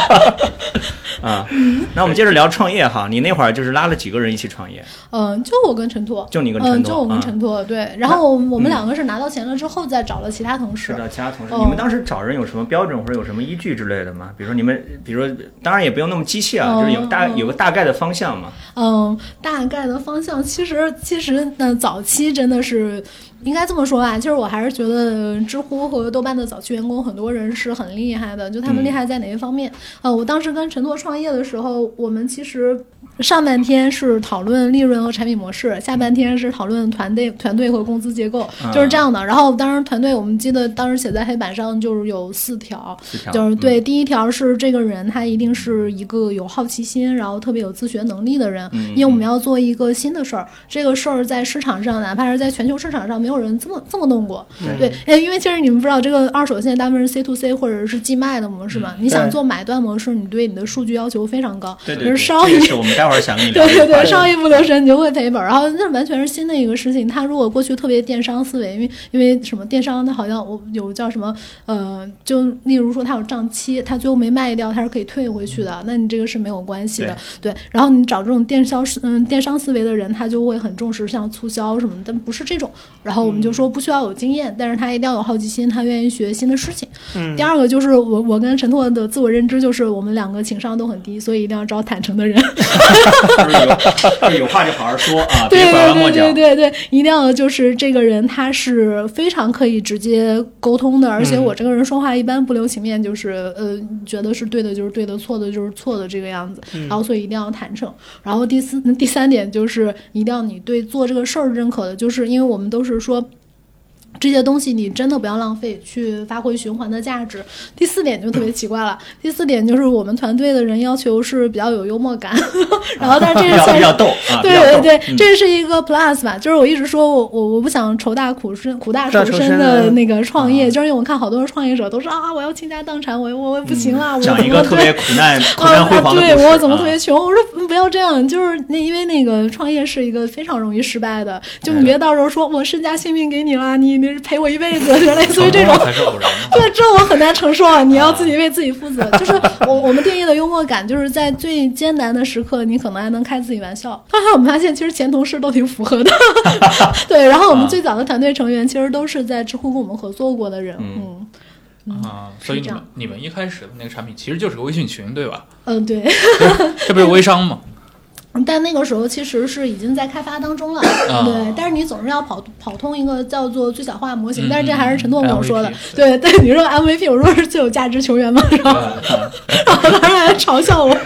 [SPEAKER 3] 啊，那我们接着聊创业哈。你那会儿就是拉了几个人一起创业？
[SPEAKER 1] 嗯，就我跟陈拓，
[SPEAKER 3] 就你跟陈
[SPEAKER 1] 嗯，
[SPEAKER 3] 拓
[SPEAKER 1] 就我跟
[SPEAKER 3] 啊嗯
[SPEAKER 1] 陈拓，对，然后我们两个是拿到钱了之后再找了其他同事
[SPEAKER 3] 是，的，其他同事，
[SPEAKER 1] 嗯
[SPEAKER 3] 你们当时找人有什么标准或者有什么依据之类的吗？比如说你们，比如说，当然也不用那么机械啊，
[SPEAKER 1] 嗯
[SPEAKER 3] 就是有大
[SPEAKER 1] 嗯
[SPEAKER 3] 有个大概的方向嘛。
[SPEAKER 1] 嗯，大概的方向，其实其实那早期真的是应该这么说吧。其实我还是觉得知乎和豆瓣的早期员工很多人是很厉害的，就他们厉害在哪些方面？呃，我当时跟陈拓创业的时候，我们其实。上半天是讨论利润和产品模式，下半天是讨论团队、团队和工资结构，就是这样的。然后当时团队，我们记得当时写在黑板上就是有四条，
[SPEAKER 3] 四条
[SPEAKER 1] 就是对，第一条是这个人他一定是一个有好奇心，然后特别有自学能力的人，
[SPEAKER 3] 嗯
[SPEAKER 1] 因为我们要做一个新的事儿，这个事儿在市场上，哪怕是在全球市场上，没有人这么这么弄过。对，哎，因为其实你们不知道，这个二手现在大部分是 C to C 或者是寄卖的模式嘛，你想
[SPEAKER 2] 对
[SPEAKER 1] 做买断模式，你对你的数据要求非常高，
[SPEAKER 3] 对对
[SPEAKER 1] 就
[SPEAKER 3] 对，
[SPEAKER 1] 是稍
[SPEAKER 3] 这
[SPEAKER 1] 一
[SPEAKER 3] 也是我们待会儿想 跟你聊
[SPEAKER 1] 对
[SPEAKER 3] 的
[SPEAKER 1] 对
[SPEAKER 3] 一个话
[SPEAKER 1] 对，
[SPEAKER 3] 题。
[SPEAKER 1] 稍一不留神你就会赔本儿。然后那完全是新的一个事情。他如果过去特别电商思维，因为因为什么电商，他好像我有叫什么呃，就例如说他有账期，他最后没卖掉，他是可以退回去的。那你这个是没有关系的。对，然后你找这种电销思嗯电商思维的人，他就会很重视像促销什么的，但不是这种。然后我们就说不需要有经验，但是他一定要有好奇心，他愿意学新的事情。
[SPEAKER 2] 嗯
[SPEAKER 1] 第二个就是我我跟陈拓的自我认知就是我们两个情商都很低，所以一定要招坦诚的人。
[SPEAKER 3] 就是有有话就好好说啊，
[SPEAKER 1] 对
[SPEAKER 3] 别拐弯抹
[SPEAKER 1] 对
[SPEAKER 3] 角。
[SPEAKER 1] 对对对对，一定要就是这个人他是非常可以直接沟通的，而
[SPEAKER 3] 嗯
[SPEAKER 1] 且我这个人说话一般不留情面，就是呃觉得是对的就是对的，错的就是错的这个样子，
[SPEAKER 3] 嗯
[SPEAKER 1] 然后所以一定要坦诚。然后第四第三点就是一定要你对做这个事儿认可的，就是因为我们都是说。这些东西你真的不要浪费，去发挥循环的价值。第四点就特别奇怪了，第四点就是我们团队的人要求是比较有幽默感， 然后但是这
[SPEAKER 3] 比
[SPEAKER 1] 是
[SPEAKER 3] 较
[SPEAKER 1] 算
[SPEAKER 3] 比
[SPEAKER 1] 是
[SPEAKER 3] 较逗啊，比较
[SPEAKER 1] 对
[SPEAKER 3] 逗
[SPEAKER 1] 对对，这是一个 plus 吧，就是我一直说我我我不想愁大苦深苦大
[SPEAKER 2] 大
[SPEAKER 1] 仇
[SPEAKER 2] 仇
[SPEAKER 1] 深
[SPEAKER 2] 深
[SPEAKER 1] 的
[SPEAKER 2] 的
[SPEAKER 1] 那个创
[SPEAKER 3] 啊
[SPEAKER 1] 业，就是因为我看好多创业者都说啊，我要倾家荡产，我我我不行了，我怎
[SPEAKER 3] 嗯讲一
[SPEAKER 1] 么
[SPEAKER 3] 个特别
[SPEAKER 1] 对。
[SPEAKER 3] 苦难苦
[SPEAKER 1] 啊
[SPEAKER 3] 难辉煌的故事
[SPEAKER 1] 对我怎么特别
[SPEAKER 3] 啊
[SPEAKER 1] 穷？我说嗯不要这样，就是那因为那个创业是一个非常容易失败的，就
[SPEAKER 3] 哎
[SPEAKER 1] 你别到时候说我身家性命给你了，你你赔我一辈子，就类似于这种
[SPEAKER 4] 成功了才是偶然 嘛。
[SPEAKER 1] 对，这我很难承受啊！你要自己为自己负 责。就是我我们定义的幽默感，就是在最艰难的时刻，你可能还能开自己玩笑。后来我们发现，其实前同事都挺符合 的。对，然后我们最早的团队成员其实都是在知乎跟我们合作过的人。嗯
[SPEAKER 4] 啊，所以
[SPEAKER 1] 是
[SPEAKER 4] 你
[SPEAKER 1] 这
[SPEAKER 4] 们
[SPEAKER 1] 样
[SPEAKER 4] 你们一开始的那个产品其实就是个微信群，对吧？
[SPEAKER 1] 嗯，对。
[SPEAKER 4] 这不是微 商吗？
[SPEAKER 1] 但那个时候其实是已经在开发当中了，
[SPEAKER 4] 啊
[SPEAKER 1] 对。但是你总是要跑跑通一个叫做最小化模型，
[SPEAKER 4] 嗯
[SPEAKER 1] 但是这还是陈拓跟我说的。
[SPEAKER 4] 嗯嗯
[SPEAKER 1] 对，但你说 MVP，我说是最有价值球员嘛，然后
[SPEAKER 4] 嗯
[SPEAKER 1] 然后 当然还嘲笑 我。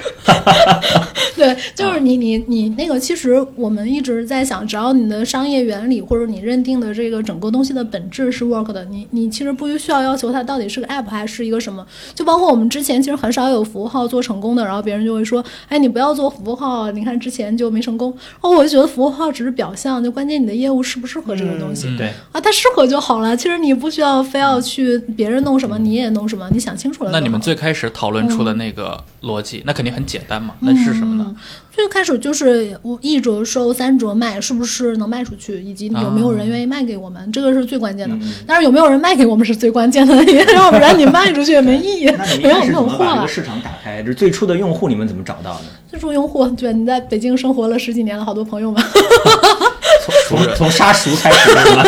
[SPEAKER 1] 对，就是你你你那个，其实我们一直在想，只要你的商业原理或者你认定的这个整个东西的本质是 work 的，你你其实不需要要求它到底是个 app 还是一个什么。就包括我们之前其实很少有服务号做成功的，然后别人就会说，哎，你不要做服务号，啊你看之前就没成功。哦，我就觉得服务号只是表象，就关键你的业务适不适合这个东西。
[SPEAKER 4] 嗯
[SPEAKER 3] 对，
[SPEAKER 1] 啊，它适合就好了。其实你不需要非要去别人弄什么，你也弄什么，你想清楚了就好。
[SPEAKER 4] 嗯那你们最开始讨论出的那个逻辑，那肯定很简单嘛。
[SPEAKER 1] 嗯
[SPEAKER 4] 那是什么呢？
[SPEAKER 1] 最开始就是我一折收三折卖，是不是能卖出去，以及有没有人愿意卖给我们，这个是最关键的。
[SPEAKER 3] 嗯
[SPEAKER 1] 但是有没有人卖给我们是最关键的，因为要不然你卖出去也没意义
[SPEAKER 3] 那你，
[SPEAKER 1] 没有
[SPEAKER 3] 们一开始
[SPEAKER 1] 那
[SPEAKER 3] 怎
[SPEAKER 1] 种
[SPEAKER 3] 么
[SPEAKER 1] 货
[SPEAKER 3] 把这
[SPEAKER 1] 啊
[SPEAKER 3] 个。市场打开？就是最初的用户你 们怎么找到的？
[SPEAKER 1] 自助用户，对，你在北京生活了十几年了，好多朋友们。
[SPEAKER 3] 从从从杀熟开始是吗？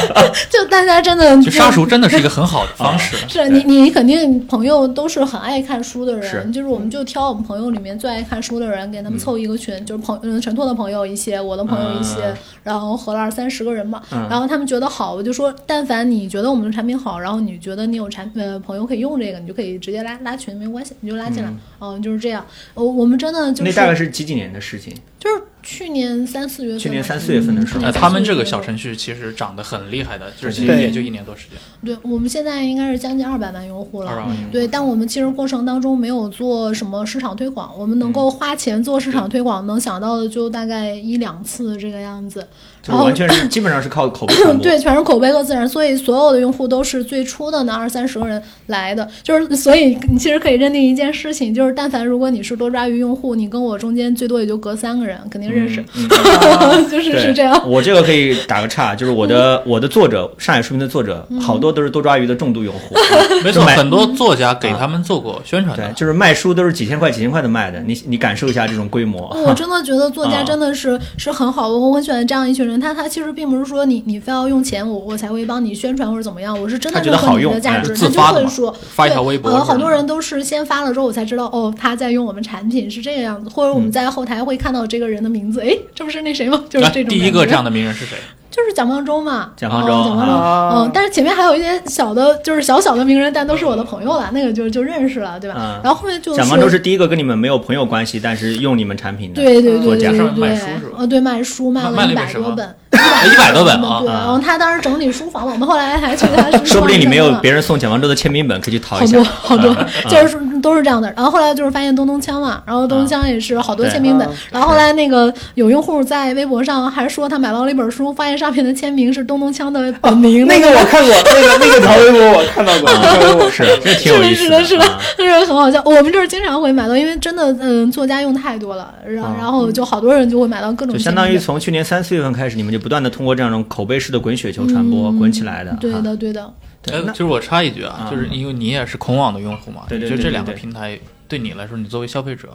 [SPEAKER 1] 就大家真的
[SPEAKER 4] 就杀熟真的是一个很好的 方式。
[SPEAKER 1] 是啊你，你肯定朋友都是很爱看书的人，
[SPEAKER 3] 是
[SPEAKER 1] 就是我们就挑我们朋友里面最爱看书的人，给他们凑一个群，就是朋嗯陈拓的朋友一些，我的朋友一些，
[SPEAKER 3] 嗯
[SPEAKER 1] 然后合了二三十个人嘛，
[SPEAKER 3] 嗯
[SPEAKER 1] 然后他们觉得好，我就说，但凡你觉得我们的产品好，然后你觉得你有产呃朋友可以用这个，你就可以直接拉拉群，没关系，你就拉进来，嗯、就是这样。我我们真的就
[SPEAKER 3] 那大概
[SPEAKER 1] 是
[SPEAKER 3] 是几几年的事情？
[SPEAKER 1] 就是去年三四月份吧，
[SPEAKER 3] 去年三四月份的时候
[SPEAKER 1] 嗯
[SPEAKER 4] 呃，他们这个小。
[SPEAKER 1] 对
[SPEAKER 4] 程序其实涨得很厉害的，就是其实
[SPEAKER 2] 对
[SPEAKER 4] 也就一年多时间，
[SPEAKER 1] 对我们现在应该是将近二百万用户了，
[SPEAKER 4] 二 万
[SPEAKER 3] 嗯
[SPEAKER 1] 对，但我们其实过程当中没有做什么市场推广，我们能
[SPEAKER 3] 嗯
[SPEAKER 1] 够花钱做市场推广，能想到的就大概一两次这个样子。
[SPEAKER 3] 就
[SPEAKER 1] 然
[SPEAKER 3] 是
[SPEAKER 1] 后
[SPEAKER 3] 完全是基本上是靠口碑传播。
[SPEAKER 1] 哦 对，全是口碑和自然，所以所有的用户都是最初的那二三十个人来的，就是所以你其实可以认定一件事情，就是但凡如果你是多抓鱼用户，你跟我中间最多也就隔三个人，肯定认识，
[SPEAKER 3] 嗯，
[SPEAKER 1] 就是
[SPEAKER 3] 对
[SPEAKER 1] 是这样。嗯
[SPEAKER 3] 我这个可以打个岔，就是我的我的作者，上海书评的作者，好多都是多抓鱼的重度用户。
[SPEAKER 4] 没错，
[SPEAKER 3] 买
[SPEAKER 4] 很多作家给他们做过宣传
[SPEAKER 3] 对，
[SPEAKER 4] 的，
[SPEAKER 3] 就是卖书都是几千块、几千块的卖的，你你感受一下这种规模。
[SPEAKER 1] 哦我真的觉得作
[SPEAKER 4] 嗯
[SPEAKER 3] 啊
[SPEAKER 1] 家真的是、是很好，我我很喜欢这样一群人。他他其实并不是说你你非要用钱我我才会帮你宣传或者怎么样，我是真的
[SPEAKER 3] 他觉
[SPEAKER 1] 认
[SPEAKER 3] 得好
[SPEAKER 1] 可你
[SPEAKER 3] 用
[SPEAKER 1] 的价
[SPEAKER 3] 哎
[SPEAKER 1] 值，
[SPEAKER 4] 自
[SPEAKER 1] 他
[SPEAKER 4] 发
[SPEAKER 1] 就
[SPEAKER 4] 的
[SPEAKER 1] 会
[SPEAKER 4] 嘛
[SPEAKER 1] 说
[SPEAKER 4] 发一
[SPEAKER 1] 对
[SPEAKER 4] 条微博
[SPEAKER 1] 呃，
[SPEAKER 4] 是吧
[SPEAKER 1] 好多人都是先发了之后我才知道哦他在用我们产品是这个样子，或者
[SPEAKER 4] 嗯
[SPEAKER 1] 我们在后台会看到这个人的名字，诶，这不是那谁吗？就是
[SPEAKER 4] 哎
[SPEAKER 1] 这种、
[SPEAKER 4] 第一个这样的名人是谁？
[SPEAKER 1] 就是蒋方舟嘛，
[SPEAKER 3] 蒋方
[SPEAKER 1] 哦
[SPEAKER 3] 舟
[SPEAKER 1] 蒋方舟，
[SPEAKER 2] 啊
[SPEAKER 1] 嗯，但是前面还有一些小的，就是小小的名人，但都是我的朋友了，那个就就认识了，对吧？
[SPEAKER 3] 嗯
[SPEAKER 1] 然后后面就是
[SPEAKER 3] 蒋方舟是第一个跟你们没有朋友关系，但是用你们产品的。
[SPEAKER 1] 对对
[SPEAKER 3] 作
[SPEAKER 1] 对对
[SPEAKER 3] 家
[SPEAKER 1] 对
[SPEAKER 4] 是
[SPEAKER 1] 对，
[SPEAKER 4] 卖书是吧
[SPEAKER 1] 呃，对，卖书卖了
[SPEAKER 4] 卖了
[SPEAKER 1] 一
[SPEAKER 4] 一本
[SPEAKER 1] 百
[SPEAKER 4] 什么
[SPEAKER 1] 多本，
[SPEAKER 4] 一百多本啊
[SPEAKER 1] 对，，然后他当时整理书房，我们后来还去他书
[SPEAKER 3] 说不定里面有别
[SPEAKER 1] 人。
[SPEAKER 3] 人送蒋方舟的签名本，可以去 淘
[SPEAKER 1] 好
[SPEAKER 3] 一下
[SPEAKER 1] 多。好多， 就是都是这样的。然后后来就是发现东东枪嘛，然后东东枪也是好多
[SPEAKER 3] 对
[SPEAKER 1] 签名本
[SPEAKER 2] 啊。
[SPEAKER 1] 然后后来那个有用户在微博上还说他买到了一本书，发现上面的签名是东东枪的本名。
[SPEAKER 2] 那个 我看过，那个那个条微博我看到过，条 微博我
[SPEAKER 3] 哦是，这挺有意 思
[SPEAKER 1] 是的，是的，
[SPEAKER 3] 啊
[SPEAKER 1] 是的，很好笑。我们这儿经常会买到，因为真的，嗯，作家用太多了，然
[SPEAKER 3] 啊
[SPEAKER 1] 然后就好多人就会买到各种签
[SPEAKER 3] 就
[SPEAKER 1] 名本。
[SPEAKER 3] 相当于从去年三四月份开始，你们就不断的通过这样一种口碑式的滚雪球传播、滚起来的。
[SPEAKER 1] 嗯对
[SPEAKER 3] 啊
[SPEAKER 1] 的，对的。
[SPEAKER 3] 对
[SPEAKER 4] 哎，
[SPEAKER 3] 那
[SPEAKER 4] 就是我插一句啊，
[SPEAKER 3] 啊
[SPEAKER 4] 就是因为你也是孔网的用户嘛，
[SPEAKER 3] 对对
[SPEAKER 4] 你觉得
[SPEAKER 3] 对
[SPEAKER 4] 这
[SPEAKER 3] 对
[SPEAKER 4] 两个
[SPEAKER 3] 对
[SPEAKER 4] 平台对你来说，你作为消费者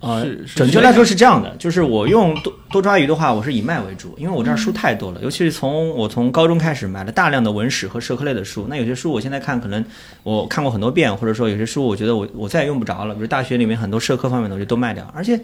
[SPEAKER 3] 呃
[SPEAKER 4] 是是
[SPEAKER 3] 准
[SPEAKER 4] 需
[SPEAKER 3] 确
[SPEAKER 4] 要
[SPEAKER 3] 来说是这样的，就是我用多多抓鱼的话，我是以卖为主，因为我这儿书太多了，尤其是从我从高中开始买了大量的文史和社科类的书。那有些书我现在看，可能我看过很多遍，或者说有些书我觉得我我再也用不着了，比如大学里面很多社科方面的我就都卖掉。而且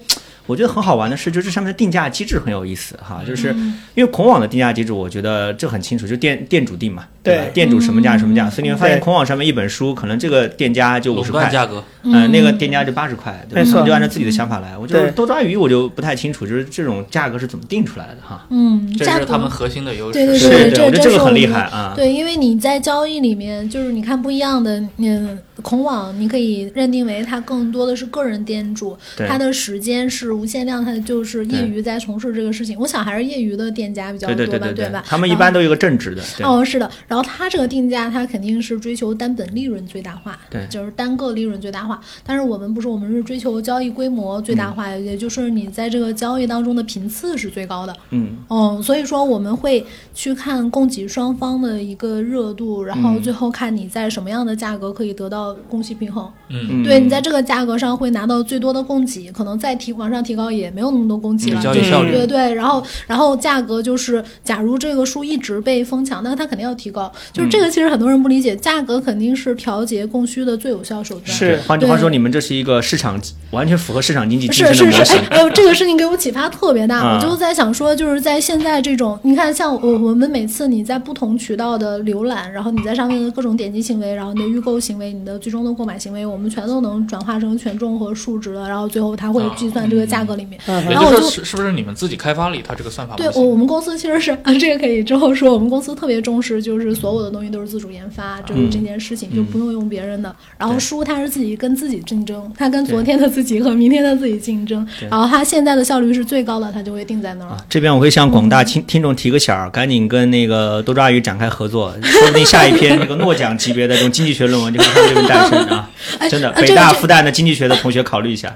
[SPEAKER 3] 我觉得很好玩的是，就这上面的定价机制很有意思哈，就是因为孔网的定价机制，我觉得这很清楚，就店店主定嘛，吧
[SPEAKER 2] 对
[SPEAKER 3] 店主什么价什么价，所以你会发现
[SPEAKER 2] 对
[SPEAKER 3] 孔网上面一本书，可能这个店家就五
[SPEAKER 4] 垄
[SPEAKER 3] 十
[SPEAKER 4] 断
[SPEAKER 3] 块，
[SPEAKER 4] 价格，
[SPEAKER 3] 嗯，那个店家就八十块，对吧
[SPEAKER 2] 没错
[SPEAKER 3] 他们就按照自己的想法来。我就是
[SPEAKER 2] 对
[SPEAKER 3] 多抓鱼，我就不太清楚，就是这种价格是怎么定出来的哈。
[SPEAKER 1] 嗯，
[SPEAKER 4] 这
[SPEAKER 1] 价
[SPEAKER 4] 是
[SPEAKER 1] 格
[SPEAKER 4] 他们核心的优
[SPEAKER 1] 对对
[SPEAKER 4] 势。
[SPEAKER 1] 是
[SPEAKER 3] 对
[SPEAKER 1] 对
[SPEAKER 3] 对，
[SPEAKER 1] 这
[SPEAKER 3] 我觉得
[SPEAKER 1] 这
[SPEAKER 3] 这个
[SPEAKER 1] 是
[SPEAKER 3] 很
[SPEAKER 1] 我
[SPEAKER 3] 厉
[SPEAKER 1] 们
[SPEAKER 3] 害啊。
[SPEAKER 1] 对，因为你在交易里面，就是你看不一样的，嗯，孔网你可以认定为它更多的是个人店主，
[SPEAKER 3] 对
[SPEAKER 1] 他的时间是无限量，他就是业
[SPEAKER 3] 对
[SPEAKER 1] 余在从事这个事情。我想还是业余的店家比较
[SPEAKER 3] 对
[SPEAKER 1] 多吧，
[SPEAKER 3] 对对对
[SPEAKER 1] 吧？
[SPEAKER 3] 他们一
[SPEAKER 1] 然
[SPEAKER 3] 般
[SPEAKER 1] 后
[SPEAKER 3] 都有一个正职的，对
[SPEAKER 1] 哦，是的，然后它这个定价，它肯定是追求单本利润最大化，
[SPEAKER 3] 对
[SPEAKER 1] 就是单个利润最大化。但是我们不是，我们是追求交易规模最
[SPEAKER 3] 嗯
[SPEAKER 1] 大化，也就是你在这个交易当中的频次是最高的。
[SPEAKER 3] 嗯，
[SPEAKER 1] 嗯，所以说我们会去看供给双方的一个热度，然后
[SPEAKER 3] 嗯
[SPEAKER 1] 最后看你在什么样的价格可以得到供需平衡。
[SPEAKER 4] 嗯，
[SPEAKER 3] 嗯
[SPEAKER 1] 对你在这个价格上会拿到最多的供给，可能再提往上提高也没有那么多供给
[SPEAKER 4] 嗯
[SPEAKER 1] 了，
[SPEAKER 4] 交
[SPEAKER 1] 就
[SPEAKER 4] 易
[SPEAKER 1] 是
[SPEAKER 4] 效率
[SPEAKER 1] 对对，然后然后价格就是，假如这个书一直被疯抢，那它肯定要提高。就是
[SPEAKER 4] 嗯
[SPEAKER 1] 这个，其实很多人不理解，价格肯定是调节供需的最有效手段。
[SPEAKER 2] 是
[SPEAKER 3] 对换句话
[SPEAKER 1] 对
[SPEAKER 3] 说，你们这是一个市场完全符合市场经济精
[SPEAKER 1] 是
[SPEAKER 3] 神的
[SPEAKER 1] 是是，
[SPEAKER 3] 模型
[SPEAKER 1] 哎。哎呦，这个事情给我启发特别大，
[SPEAKER 3] 啊
[SPEAKER 1] 我就在想说，就是在现在这种，你看，像我我们每次你在不同渠道的浏览，然后你在上面的各种点击行为，然后你的预购行为，你的最终的购买行为，我们全都能转化成权重和数值的，然后最后它会
[SPEAKER 3] 啊
[SPEAKER 1] 计算这个价格里面。
[SPEAKER 2] 嗯
[SPEAKER 4] 也
[SPEAKER 1] 然后
[SPEAKER 4] 就
[SPEAKER 1] 我
[SPEAKER 4] 是
[SPEAKER 1] 就
[SPEAKER 4] 说是是不是你们自己开发了一套这个算
[SPEAKER 3] 啊
[SPEAKER 4] 法
[SPEAKER 1] 对
[SPEAKER 4] 模
[SPEAKER 1] 我，
[SPEAKER 4] 型？
[SPEAKER 1] 我们公司其实是啊，这个可以之后说。我们公司特别重视，就是所有的东西都是自主研发，就是这件事情、就不用用别人的。然后
[SPEAKER 3] 嗯对
[SPEAKER 1] 书它是自己跟自己竞争，它跟
[SPEAKER 3] 对
[SPEAKER 1] 昨天的自己和明天的自己竞争
[SPEAKER 3] 对，
[SPEAKER 1] 然后它现在的效率是最高的，它就会定在那儿。
[SPEAKER 3] 啊，这边我会向广大听听众提个醒儿，赶紧跟那个多抓鱼展开合作，说不定下一篇这个诺奖级别的这种经济学论文就会从这边诞生啊！真的，
[SPEAKER 1] 哎
[SPEAKER 3] 北
[SPEAKER 1] 这个
[SPEAKER 3] 大、
[SPEAKER 1] 这
[SPEAKER 3] 复旦的经济学的同学考虑一下。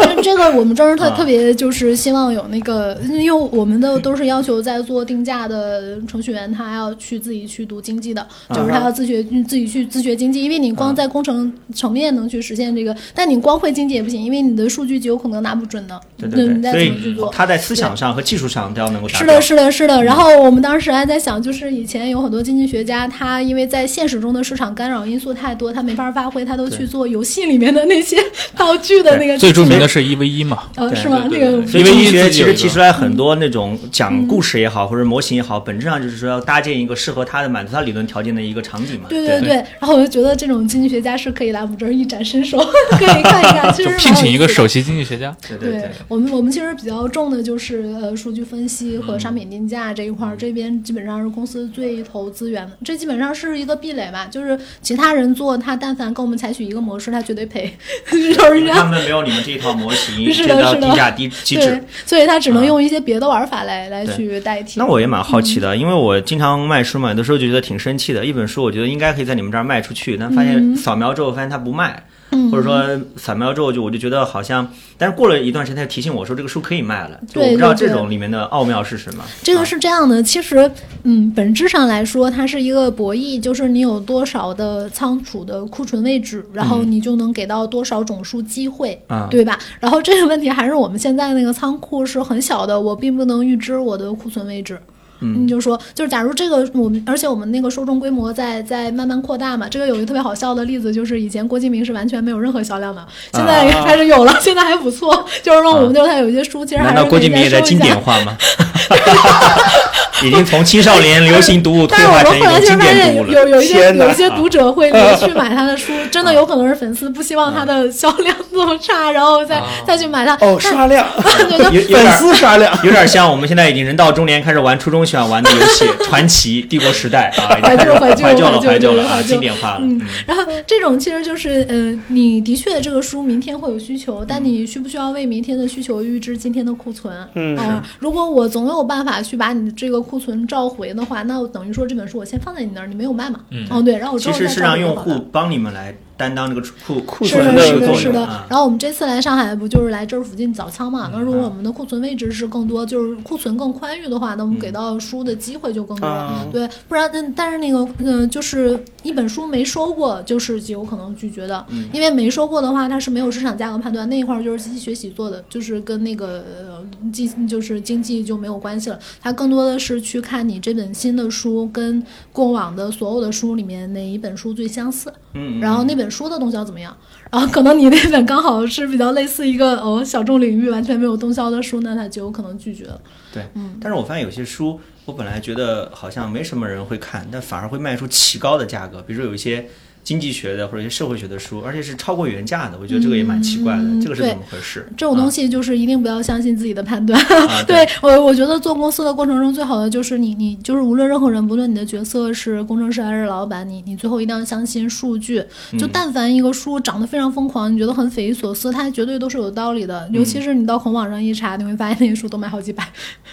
[SPEAKER 1] 这这个我们正是特
[SPEAKER 4] 啊
[SPEAKER 1] 特别就是希望有那个，因为我们的都是要求在做定价的程序员，他要去自己去读经济的，
[SPEAKER 4] 啊
[SPEAKER 1] 就是他要自学自己去自学经济，因为你光在工程层面能去实现这个，但你光会经济也不行，因为你的数据极有可能拿不准的，
[SPEAKER 3] 对对
[SPEAKER 1] 你
[SPEAKER 3] 对，
[SPEAKER 1] 再
[SPEAKER 3] 所
[SPEAKER 1] 怎么去
[SPEAKER 3] 以
[SPEAKER 1] 做。
[SPEAKER 3] 他在思想上和技术上都要能够达
[SPEAKER 1] 是
[SPEAKER 3] 标
[SPEAKER 1] 的，。是的，
[SPEAKER 4] 嗯
[SPEAKER 1] 是的。然后我们当时还在想，就是以前有很多经济学家，他因为在现实中的市场干扰因素太多，他没法发挥，他都去做游戏里面的那些 道具的那个
[SPEAKER 4] 最著名的是一 v 一嘛，
[SPEAKER 1] 呃，
[SPEAKER 3] 对
[SPEAKER 1] 是吗？那
[SPEAKER 4] 对
[SPEAKER 1] 个
[SPEAKER 4] 对
[SPEAKER 3] 所以
[SPEAKER 4] 因为
[SPEAKER 3] 经济
[SPEAKER 4] 一
[SPEAKER 3] 学
[SPEAKER 4] 自己嗯
[SPEAKER 3] 其
[SPEAKER 4] 有
[SPEAKER 3] 实
[SPEAKER 4] 一个
[SPEAKER 3] 提出来很多那种讲故事也好，或者模型也好，本质上就是说要搭建一个适合他的、满足他理论条件的一个场景嘛。
[SPEAKER 1] 对
[SPEAKER 3] 对
[SPEAKER 1] 对对，然后我就觉得这种经济学家是可以来我们这儿一展身手， 可以看一看，其
[SPEAKER 4] 就
[SPEAKER 1] 实
[SPEAKER 4] 聘
[SPEAKER 1] 蛮有
[SPEAKER 4] 请一个
[SPEAKER 1] 趣的
[SPEAKER 4] 首席经济学家。
[SPEAKER 3] 对对
[SPEAKER 1] 对
[SPEAKER 3] 对。
[SPEAKER 1] 我们，我们其实比较重的就是呃数据分析和商品定价这一块儿，这边基本上是公司最投资源的，这基本上是一个壁垒吧。就是其他人做，他但凡跟我们采取一个模式，他绝对赔， 就是人
[SPEAKER 3] 他
[SPEAKER 1] 家。
[SPEAKER 3] 们没有你们这一套模 型，
[SPEAKER 1] 是
[SPEAKER 3] 这
[SPEAKER 1] 的
[SPEAKER 3] 套
[SPEAKER 1] 是的
[SPEAKER 3] 定价低机制
[SPEAKER 1] 对。，所以他只能
[SPEAKER 3] 啊
[SPEAKER 1] 用一些别的玩法来、来
[SPEAKER 3] 对
[SPEAKER 1] 去代替。
[SPEAKER 3] 那我也蛮好奇的，
[SPEAKER 1] 嗯
[SPEAKER 3] 因为我经常卖书嘛，有的时候就觉得挺生气的。一本书我觉得应该可以在你们这儿卖出去，但发现
[SPEAKER 1] 嗯
[SPEAKER 3] 扫描之后发现它不卖，或者说扫描之后就我就觉得好像，但是过了一段时间他就提醒我说这个书可以卖了，就
[SPEAKER 1] 对
[SPEAKER 3] 我不知道
[SPEAKER 1] 对
[SPEAKER 3] 这
[SPEAKER 1] 对
[SPEAKER 3] 种里面的奥妙是什么。
[SPEAKER 1] 这个
[SPEAKER 3] 啊
[SPEAKER 1] 是这样的，其实，嗯，本质上来说，它是一个博弈，就是你有多少的仓储的库存位置，然后你就能给到多少种数机会，
[SPEAKER 3] 嗯啊
[SPEAKER 1] 对吧？然后这个问题还是我们现在那个仓库是很小的，我并不能预知我的库存位置。
[SPEAKER 3] 嗯
[SPEAKER 1] 你就说，就是假如这个我们，而且我们那个受众规模在在慢慢扩大嘛。这个有一个特别好笑的例子，就是以前郭敬明是完全没有任何销量的，现在
[SPEAKER 2] 啊
[SPEAKER 1] 开始有了，现在还不错。就是说，我们就是他有一些书，其实还
[SPEAKER 3] 啊难
[SPEAKER 1] 是
[SPEAKER 3] 道郭
[SPEAKER 1] 可以
[SPEAKER 3] 敬明也
[SPEAKER 1] 再
[SPEAKER 3] 在
[SPEAKER 1] 收一
[SPEAKER 3] 经
[SPEAKER 1] 下
[SPEAKER 3] 典化 吗？ 已经从青少年流行读物退
[SPEAKER 1] 但是我
[SPEAKER 3] 化
[SPEAKER 1] 们
[SPEAKER 3] 成一
[SPEAKER 1] 后来
[SPEAKER 3] 种
[SPEAKER 1] 就
[SPEAKER 3] 经
[SPEAKER 1] 发
[SPEAKER 3] 典
[SPEAKER 1] 现
[SPEAKER 3] 读物
[SPEAKER 1] 有
[SPEAKER 3] 了。
[SPEAKER 1] 有有一些
[SPEAKER 2] 天哪
[SPEAKER 1] 有一些读者 会留去买他的书，真的有可能是粉丝不希望他
[SPEAKER 3] 嗯
[SPEAKER 1] 的销量这么差，然后再
[SPEAKER 4] 啊
[SPEAKER 1] 再去买 他。
[SPEAKER 2] 哦，刷量，
[SPEAKER 1] 对就
[SPEAKER 3] 有有
[SPEAKER 2] 粉
[SPEAKER 3] 点
[SPEAKER 2] 丝刷量。
[SPEAKER 3] 有点像我们现在已经人到中年，开始玩初中喜欢玩的游戏 《传奇》《帝国时代》啊，已经开始
[SPEAKER 1] 怀旧
[SPEAKER 3] 怀旧了，
[SPEAKER 1] 怀旧
[SPEAKER 3] 怀旧了
[SPEAKER 1] 怀
[SPEAKER 3] 啊，
[SPEAKER 1] 旧
[SPEAKER 3] 经典化了。
[SPEAKER 1] 嗯，然后这种其实就是，呃，你的确这个书明天会有需求，
[SPEAKER 3] 嗯
[SPEAKER 1] 但你需不需要为明天的需求预知今天的库存？
[SPEAKER 2] 嗯
[SPEAKER 1] 啊如果我总有办法去把你这个库存召回的话，那等于说这本书我先放在你那儿，你没有卖嘛？
[SPEAKER 4] 嗯
[SPEAKER 1] 哦，对，然后我之
[SPEAKER 3] 其
[SPEAKER 1] 后
[SPEAKER 3] 实
[SPEAKER 1] 再
[SPEAKER 3] 是
[SPEAKER 1] 召
[SPEAKER 3] 让
[SPEAKER 1] 回
[SPEAKER 3] 用
[SPEAKER 1] 好
[SPEAKER 3] 户
[SPEAKER 1] 了
[SPEAKER 3] 帮你们来担当这个库库
[SPEAKER 2] 库
[SPEAKER 1] 是
[SPEAKER 2] 存
[SPEAKER 3] 存
[SPEAKER 1] 的，是的，
[SPEAKER 3] 的一个
[SPEAKER 2] 的
[SPEAKER 3] 作
[SPEAKER 1] 是
[SPEAKER 3] 用
[SPEAKER 1] 的。
[SPEAKER 3] 啊嗯
[SPEAKER 1] 然。后我们这次来上海，不就是来这儿附近找仓嘛？那如果我们的库存位置是更多，就是库存更宽裕的话，那我们
[SPEAKER 3] 嗯
[SPEAKER 1] 给到书的机会就更多了。
[SPEAKER 3] 啊
[SPEAKER 2] 嗯
[SPEAKER 1] 对，不然，嗯，但是那个，嗯，就是一本书没收过，就是有可能拒绝的，
[SPEAKER 3] 嗯
[SPEAKER 1] 因为没收过的话，它是没有市场价格判断那一块，儿就是机器学习做的，就是跟那个呃经就是经济就没有关系了。它更多的是去看你这本新的书跟过往的所有的书里面哪一本书最相似。
[SPEAKER 3] 嗯，嗯
[SPEAKER 1] 然后那本书的动销怎么样？然后可能你那本刚好是比较类似一个哦小众领域完全没有动销的书，那他就有可能拒绝了。
[SPEAKER 3] 对，但是我发现有些书，我本来觉得好像没什么人会看，但反而会卖出奇高的价格。比如说有一些经济学的或者一些社会学的书，而且是超过原价的，我觉得这个也蛮奇怪的。
[SPEAKER 1] 嗯
[SPEAKER 3] 这个是怎么回事？
[SPEAKER 1] 这种东西就是一定不要相信自己的判断。
[SPEAKER 3] 啊，啊
[SPEAKER 1] 对我，我觉得做公司的过程中最好的就是你，你就是无论任何人，不论你的角色是工程师还是老板，你你最后一定要相信数据。
[SPEAKER 3] 嗯
[SPEAKER 1] 就但凡一个书涨得非常疯狂，你觉得很匪夷所思，它绝对都是有道理
[SPEAKER 3] 嗯
[SPEAKER 1] 的。尤其是你到孔网上一查，你会发现那些书都卖好几百。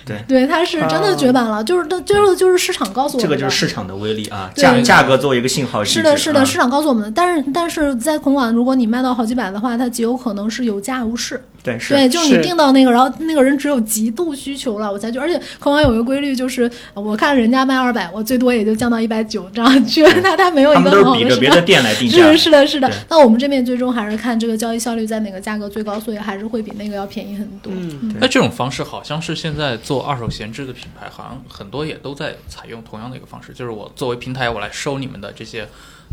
[SPEAKER 3] 对
[SPEAKER 1] 对，它是真的绝版了，就是它就是就是市场告诉我
[SPEAKER 3] 这
[SPEAKER 1] 们的。
[SPEAKER 3] 个就是市场的威力啊，
[SPEAKER 1] 对
[SPEAKER 3] 价价格作为一个信号机
[SPEAKER 1] 是
[SPEAKER 3] 制
[SPEAKER 1] 的，是
[SPEAKER 3] 啊嗯
[SPEAKER 1] 的，市场告诉我们的，但是但是在孔网，如果你卖到好几百的话，它极有可能是有价无市。
[SPEAKER 3] 对是
[SPEAKER 1] 对，就是
[SPEAKER 2] 是
[SPEAKER 1] 你定到那个，然后那个人只有极度需求了，我才去。而且孔网有个规律，就是呃我看人家卖二百，我最多也就降到一百九这样去，他他没有
[SPEAKER 3] 他
[SPEAKER 1] 一
[SPEAKER 3] 们
[SPEAKER 1] 个
[SPEAKER 3] 都
[SPEAKER 1] 很好
[SPEAKER 3] 是比
[SPEAKER 1] 的
[SPEAKER 3] 着
[SPEAKER 1] 市
[SPEAKER 3] 别
[SPEAKER 1] 场
[SPEAKER 3] 的。店来定价
[SPEAKER 1] 是
[SPEAKER 3] 的，
[SPEAKER 1] 是的，是的
[SPEAKER 3] 对。
[SPEAKER 1] 那我们这边最终还是看这个交易效率在哪个价格最高，所以还是会比那个要便宜很多。
[SPEAKER 2] 嗯，
[SPEAKER 4] 那这种方式好像是现在做二手闲置的品牌，好像很多也都在采用同样的一个方式，就是我作为平台，我来收你们的这些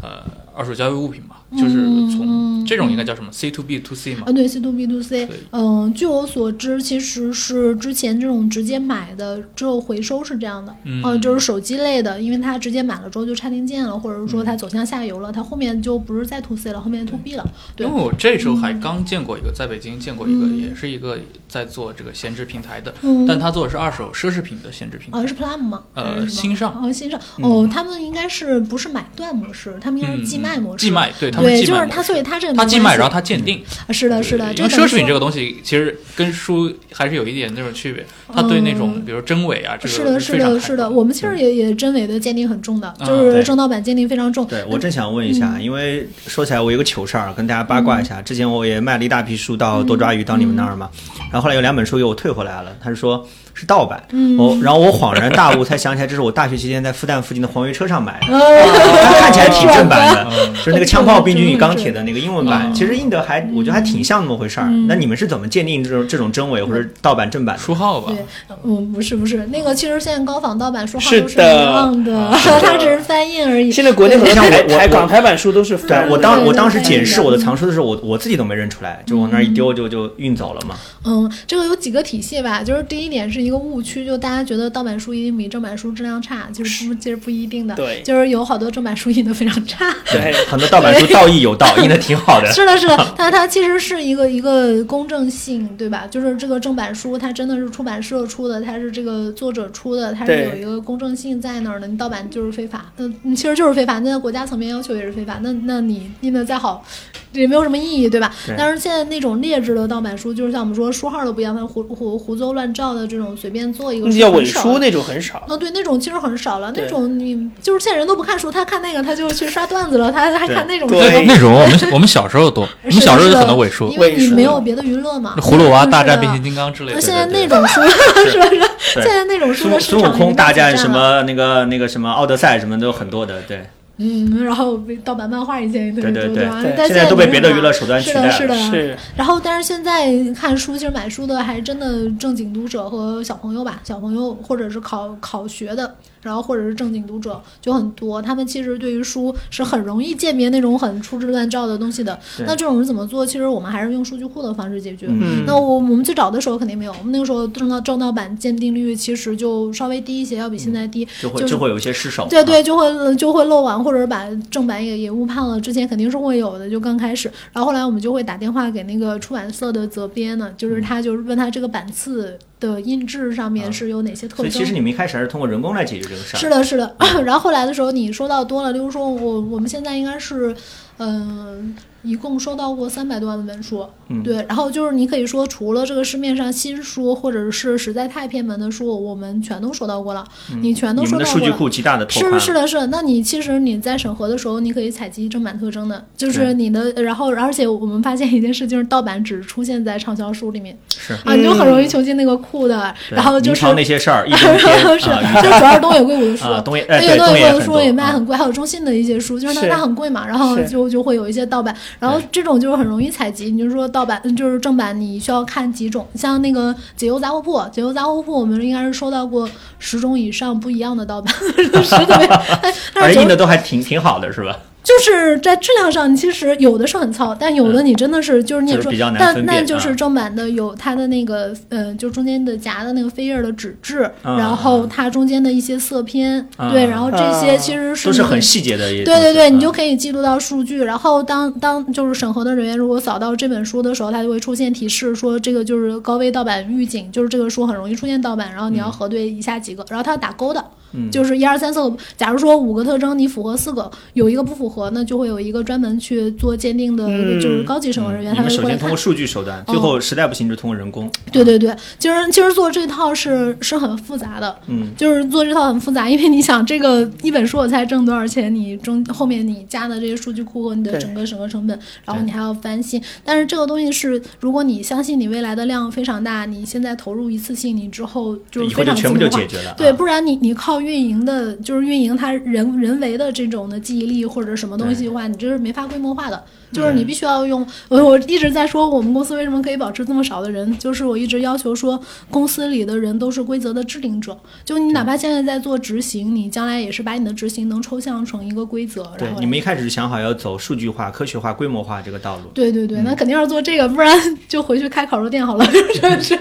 [SPEAKER 4] 呃二手交易物品嘛，就是
[SPEAKER 1] 嗯
[SPEAKER 4] 从这种应该叫什么 C to B to C 嘛
[SPEAKER 1] 啊，，对，C to B to C，
[SPEAKER 4] 对
[SPEAKER 1] 嗯，据我所知，其实是之前这种直接买的，只有回收是这样的，嗯、就是手机类的，因为它直接买了之后就插零件了，或者是
[SPEAKER 4] 嗯
[SPEAKER 1] 说它走向下游了，它后面就不是再 to C 了，后面 to B 了，对嗯
[SPEAKER 4] 因为我这时候还刚见过一个，在北京见过一个，也是一个在做这个闲置平台的，
[SPEAKER 1] 嗯
[SPEAKER 4] 但他做的是二手奢侈品的闲置平台
[SPEAKER 1] 啊，，是 Plum 吗？
[SPEAKER 4] 呃
[SPEAKER 1] 还是什么
[SPEAKER 4] 新尚
[SPEAKER 1] 哦，新尚，哦，他们应该是不是买断模式？他们应该是
[SPEAKER 4] 嗯
[SPEAKER 1] 寄卖模式。
[SPEAKER 4] 寄卖，对他们
[SPEAKER 1] 对，
[SPEAKER 4] 寄
[SPEAKER 1] 就
[SPEAKER 4] 卖
[SPEAKER 1] 是
[SPEAKER 4] 模
[SPEAKER 1] 它，
[SPEAKER 4] 式
[SPEAKER 1] 所以它这个
[SPEAKER 4] 他既卖，然后
[SPEAKER 1] 后
[SPEAKER 4] 他鉴定，
[SPEAKER 1] 是的，嗯是的，
[SPEAKER 4] 因为
[SPEAKER 1] 等于
[SPEAKER 4] 奢侈品
[SPEAKER 1] 说
[SPEAKER 4] 这个东西其实跟书还是有一点那种区别，它对那种
[SPEAKER 1] 嗯
[SPEAKER 4] 比如真伪啊，这个
[SPEAKER 1] 是的，是
[SPEAKER 4] 非常
[SPEAKER 1] 的，
[SPEAKER 4] 看
[SPEAKER 1] 是的，
[SPEAKER 4] 重
[SPEAKER 1] 我们其实也也真伪的鉴定很重的，就
[SPEAKER 4] 啊
[SPEAKER 1] 是
[SPEAKER 3] 对
[SPEAKER 1] 正盗版鉴定非常重。
[SPEAKER 3] 对，我正想问一
[SPEAKER 1] 嗯
[SPEAKER 3] 下，因为说起来我有个糗事儿，跟大家八卦一下。之前我也卖了一大批书到多
[SPEAKER 1] 嗯
[SPEAKER 3] 抓鱼到你们那儿嘛，然后后来有两本书给我退回来了，他是说是盗版，
[SPEAKER 1] 嗯
[SPEAKER 3] 我哦
[SPEAKER 4] 哦
[SPEAKER 3] 然后我恍然大悟，才想起来这是我大学期间在复旦附近的黄鱼车上买的。
[SPEAKER 1] 呃，
[SPEAKER 3] 它看起来挺正 版的，
[SPEAKER 4] 嗯
[SPEAKER 3] 就是那个《枪炮、病菌与钢铁》的那个英文版，
[SPEAKER 4] 嗯
[SPEAKER 3] 其实印的还我觉得还挺像那么回事儿
[SPEAKER 1] 嗯。
[SPEAKER 3] 那你们是怎么鉴定这种这种真伪或者盗版正版的？
[SPEAKER 4] 书号吧
[SPEAKER 1] 对，嗯，不是不是，那个其实现在高仿盗版书号
[SPEAKER 2] 是
[SPEAKER 1] 都是一嗯
[SPEAKER 2] 的
[SPEAKER 1] 样
[SPEAKER 4] 啊
[SPEAKER 1] 的，它只是翻印而已。
[SPEAKER 2] 现在国内很多
[SPEAKER 3] 像我
[SPEAKER 2] 台
[SPEAKER 3] 我
[SPEAKER 2] 台
[SPEAKER 3] 我
[SPEAKER 2] 港台版书都是
[SPEAKER 3] 对
[SPEAKER 2] 翻
[SPEAKER 3] 我当
[SPEAKER 1] 对
[SPEAKER 3] 我
[SPEAKER 1] 对
[SPEAKER 3] 当时
[SPEAKER 1] 对
[SPEAKER 3] 检视
[SPEAKER 1] 对
[SPEAKER 3] 我的藏书的时候，我我自己都没认出来，就往那儿一丢就就运走了嘛。
[SPEAKER 1] 嗯，这个有几个体系吧，就是第一点是一个误区，就大家觉得盗版书一定比正版书质量差，其实不，其实不一定的。
[SPEAKER 2] 对
[SPEAKER 1] 就是有好多正版书印的非常差。
[SPEAKER 2] 对。
[SPEAKER 3] 很多盗版书道义有道，印的挺好的。
[SPEAKER 1] 是的，是的，它它其实是一个一个公正性，对吧？就是这个正版书，它真的是出版社出的，它是这个作者出的，它是
[SPEAKER 2] 对
[SPEAKER 1] 有一个公正性在那儿的。你盗版就是非法，那嗯其实就是非法。那国家层面要求也是非法，那那你印的再好，也没有什么意义，对吧？
[SPEAKER 3] 对
[SPEAKER 1] 但是现在那种劣质的盗版书，就是像我们说书号都不一样，胡胡胡诌乱造的这种，随便做一个
[SPEAKER 2] 要
[SPEAKER 1] 嗯
[SPEAKER 2] 伪
[SPEAKER 1] 很少
[SPEAKER 2] 书那种很少，
[SPEAKER 1] 哦，对，那种其实很少了。那
[SPEAKER 2] 对
[SPEAKER 1] 种你就是现在人都不看书，他看那个他就去刷段子了，他还
[SPEAKER 3] 对
[SPEAKER 1] 看那种
[SPEAKER 2] 对
[SPEAKER 1] 书
[SPEAKER 4] 那种我们我们小时 候多，我们小时候有很多伪书
[SPEAKER 1] 因，为
[SPEAKER 2] 伪
[SPEAKER 1] 你
[SPEAKER 2] 书
[SPEAKER 1] 没有别的娱乐嘛。
[SPEAKER 4] 葫芦娃、
[SPEAKER 1] 就是
[SPEAKER 4] 大战变形金刚之类
[SPEAKER 1] 那
[SPEAKER 4] 的。
[SPEAKER 1] 现在那
[SPEAKER 3] 对对
[SPEAKER 1] 种书是吧？是现
[SPEAKER 3] 对
[SPEAKER 1] 在那种书
[SPEAKER 3] 孙
[SPEAKER 1] 的市
[SPEAKER 3] 孙
[SPEAKER 1] 场
[SPEAKER 3] 悟空
[SPEAKER 1] 已经
[SPEAKER 3] 大
[SPEAKER 1] 占
[SPEAKER 3] 战什
[SPEAKER 1] 了？
[SPEAKER 3] 么那个那个什么奥德赛什么都有很多的，对
[SPEAKER 1] 嗯，然后被盗版漫画以前也特别
[SPEAKER 3] 对
[SPEAKER 1] 多，
[SPEAKER 3] 对
[SPEAKER 1] 吧
[SPEAKER 2] 对？
[SPEAKER 1] 但
[SPEAKER 3] 现在都被别的
[SPEAKER 1] 没有
[SPEAKER 3] 娱乐手段取代
[SPEAKER 1] 是的，
[SPEAKER 3] 了
[SPEAKER 1] 是的。
[SPEAKER 2] 是
[SPEAKER 1] 然后，但是现在看书，其实买书的还真的正经读者和小朋友吧，小朋友或者是考考学的，然后或者是正经读者就很多。他们其实对于书是很容易鉴别那种很粗制滥造的东西的。
[SPEAKER 3] 对
[SPEAKER 1] 那这种是怎么做？其实我们还是用数据库的方式解决。
[SPEAKER 2] 嗯
[SPEAKER 1] 那我我们最早的时候肯定没有，我们那个时候正盗正盗版鉴定率其实就稍微低一些，要比现在低。
[SPEAKER 3] 就会
[SPEAKER 1] 就是
[SPEAKER 3] 就会有一些失手。啊
[SPEAKER 1] 对对，就会就会漏网，或者把正版也也误判了。之前肯定是会有的，就刚开始。然后后来我们就会打电话给那个出版社的责编呢，
[SPEAKER 3] 嗯
[SPEAKER 1] 就是他就是问他这个版次的印制上面是有哪些特
[SPEAKER 3] 所以其
[SPEAKER 1] 征
[SPEAKER 3] 实。你们一开始还是通过人工来解决这嗯个事儿。
[SPEAKER 1] 是的，是的。 然后后来的时候，你收到多了，例如说我我们现在应该是，嗯、一共收到过三百多万的文书，
[SPEAKER 3] 嗯
[SPEAKER 1] 对。然后就是你可以说，除了这个市面上新书或者是实在太偏门的书，我们全都收到过了，你全都
[SPEAKER 3] 嗯你
[SPEAKER 1] 收
[SPEAKER 3] 们的
[SPEAKER 1] 到
[SPEAKER 3] 数
[SPEAKER 1] 过
[SPEAKER 3] 据
[SPEAKER 1] 了。
[SPEAKER 3] 库极大的拓
[SPEAKER 1] 是
[SPEAKER 3] 宽。
[SPEAKER 1] 是的，是的。那你其实你在审核的时候，你可以采集正版特征的，就是你的。然后，而且我们发现一件事，就是盗版只出现在畅销书里面
[SPEAKER 3] 是嗯
[SPEAKER 1] 啊，你就很容易穷尽那个库的。
[SPEAKER 3] 对
[SPEAKER 1] 然后就
[SPEAKER 3] 明
[SPEAKER 1] 是
[SPEAKER 3] 朝那些事儿，一
[SPEAKER 1] 是
[SPEAKER 3] 针见
[SPEAKER 1] 是，
[SPEAKER 3] 啊
[SPEAKER 1] 就是主要是东野圭吾的书。
[SPEAKER 3] 啊，东野哎
[SPEAKER 1] 东野圭
[SPEAKER 3] 对东
[SPEAKER 1] 吾
[SPEAKER 3] 野
[SPEAKER 1] 的
[SPEAKER 3] 很
[SPEAKER 1] 书
[SPEAKER 3] 多
[SPEAKER 1] 也卖
[SPEAKER 3] 啊
[SPEAKER 1] 很贵，还有中信的一些书，就是它
[SPEAKER 2] 是
[SPEAKER 1] 它很贵嘛，然后
[SPEAKER 2] 是
[SPEAKER 1] 就就会有一些盗版，然后这种就是很容易采集。你就说盗版就是正版，你需要看几种，像那个解忧杂货铺，解忧杂货铺我们应该是收到过十种以上不一样的盗版， 是 特别，哎但
[SPEAKER 3] 而
[SPEAKER 1] 是
[SPEAKER 3] 印
[SPEAKER 1] 就
[SPEAKER 3] 的都还挺挺好的，是吧？
[SPEAKER 1] 就是在质量上，其实有的是很糙，但有的你真的是就是你也
[SPEAKER 3] 就是
[SPEAKER 1] 说
[SPEAKER 3] 比较，难
[SPEAKER 1] 但
[SPEAKER 3] 分
[SPEAKER 1] 那
[SPEAKER 3] 辨
[SPEAKER 1] 就是
[SPEAKER 3] 啊
[SPEAKER 1] 正版的有它的那个呃，就中间的夹的那个扉页的纸质，
[SPEAKER 3] 啊
[SPEAKER 1] 然后它中间的一些色偏，
[SPEAKER 3] 啊
[SPEAKER 1] 对，然后这些
[SPEAKER 2] 啊
[SPEAKER 1] 其实
[SPEAKER 3] 都
[SPEAKER 1] 是
[SPEAKER 3] 是
[SPEAKER 1] 你可以
[SPEAKER 3] 很细节的一些东
[SPEAKER 1] 对对
[SPEAKER 3] 西。
[SPEAKER 1] 对，你就
[SPEAKER 3] 啊
[SPEAKER 1] 可以记录到数据。然后当当就是审核的人员如果扫到这本书的时候，它就会出现提示说这个就是高危盗版预警，就是这个书很容易出现盗版，然后你
[SPEAKER 3] 嗯
[SPEAKER 1] 要核对以下几个，然后它要打勾的，就是一二三四个。假如说五个特征你符合四个，有一个不符合，那就会有一个专门去做鉴定的，
[SPEAKER 2] 嗯
[SPEAKER 1] 就是高级审核人员，
[SPEAKER 3] 你
[SPEAKER 1] 他
[SPEAKER 3] 们
[SPEAKER 1] 会
[SPEAKER 3] 首
[SPEAKER 1] 过来
[SPEAKER 3] 先
[SPEAKER 1] 看
[SPEAKER 3] 通
[SPEAKER 1] 嗯
[SPEAKER 3] 过。数据手段，最后实在不行就通过人工。
[SPEAKER 1] 对对对，其实其实做这套是是很复杂的，
[SPEAKER 3] 嗯，
[SPEAKER 1] 就是做这套很复杂，因为你想这个一本书我才挣多少钱，你中后面你加的这些数据库和你的
[SPEAKER 2] 对
[SPEAKER 1] 整个整个成本，然后你还要翻新。但是这个东西是，如果你相信你未来的量非常大，你现在投入一次性，你之后就
[SPEAKER 3] 以
[SPEAKER 1] 是
[SPEAKER 3] 后
[SPEAKER 1] 非
[SPEAKER 3] 就
[SPEAKER 1] 常自
[SPEAKER 3] 全
[SPEAKER 1] 动
[SPEAKER 3] 部
[SPEAKER 1] 化。
[SPEAKER 3] 就解决了。
[SPEAKER 1] 对，
[SPEAKER 3] 啊
[SPEAKER 1] 不然你你靠运营的，就是运营它人人为的这种的记忆力或者什么东西的话，你这是没法规模化的。就是你必须要用，我我一直在说我们公司为什么可以保持这么少的人，就是我一直要求说公司里的人都是规则的制定者，就你哪怕现在在做执行，你将来也是把你的执行能抽象成一个规则，
[SPEAKER 3] 对
[SPEAKER 1] 然后，
[SPEAKER 3] 你们一开始就想好要走数据化、科学化、规模化这个道路。
[SPEAKER 1] 对对对，那肯定要做这个，不然 就回去开烤肉店好了。 是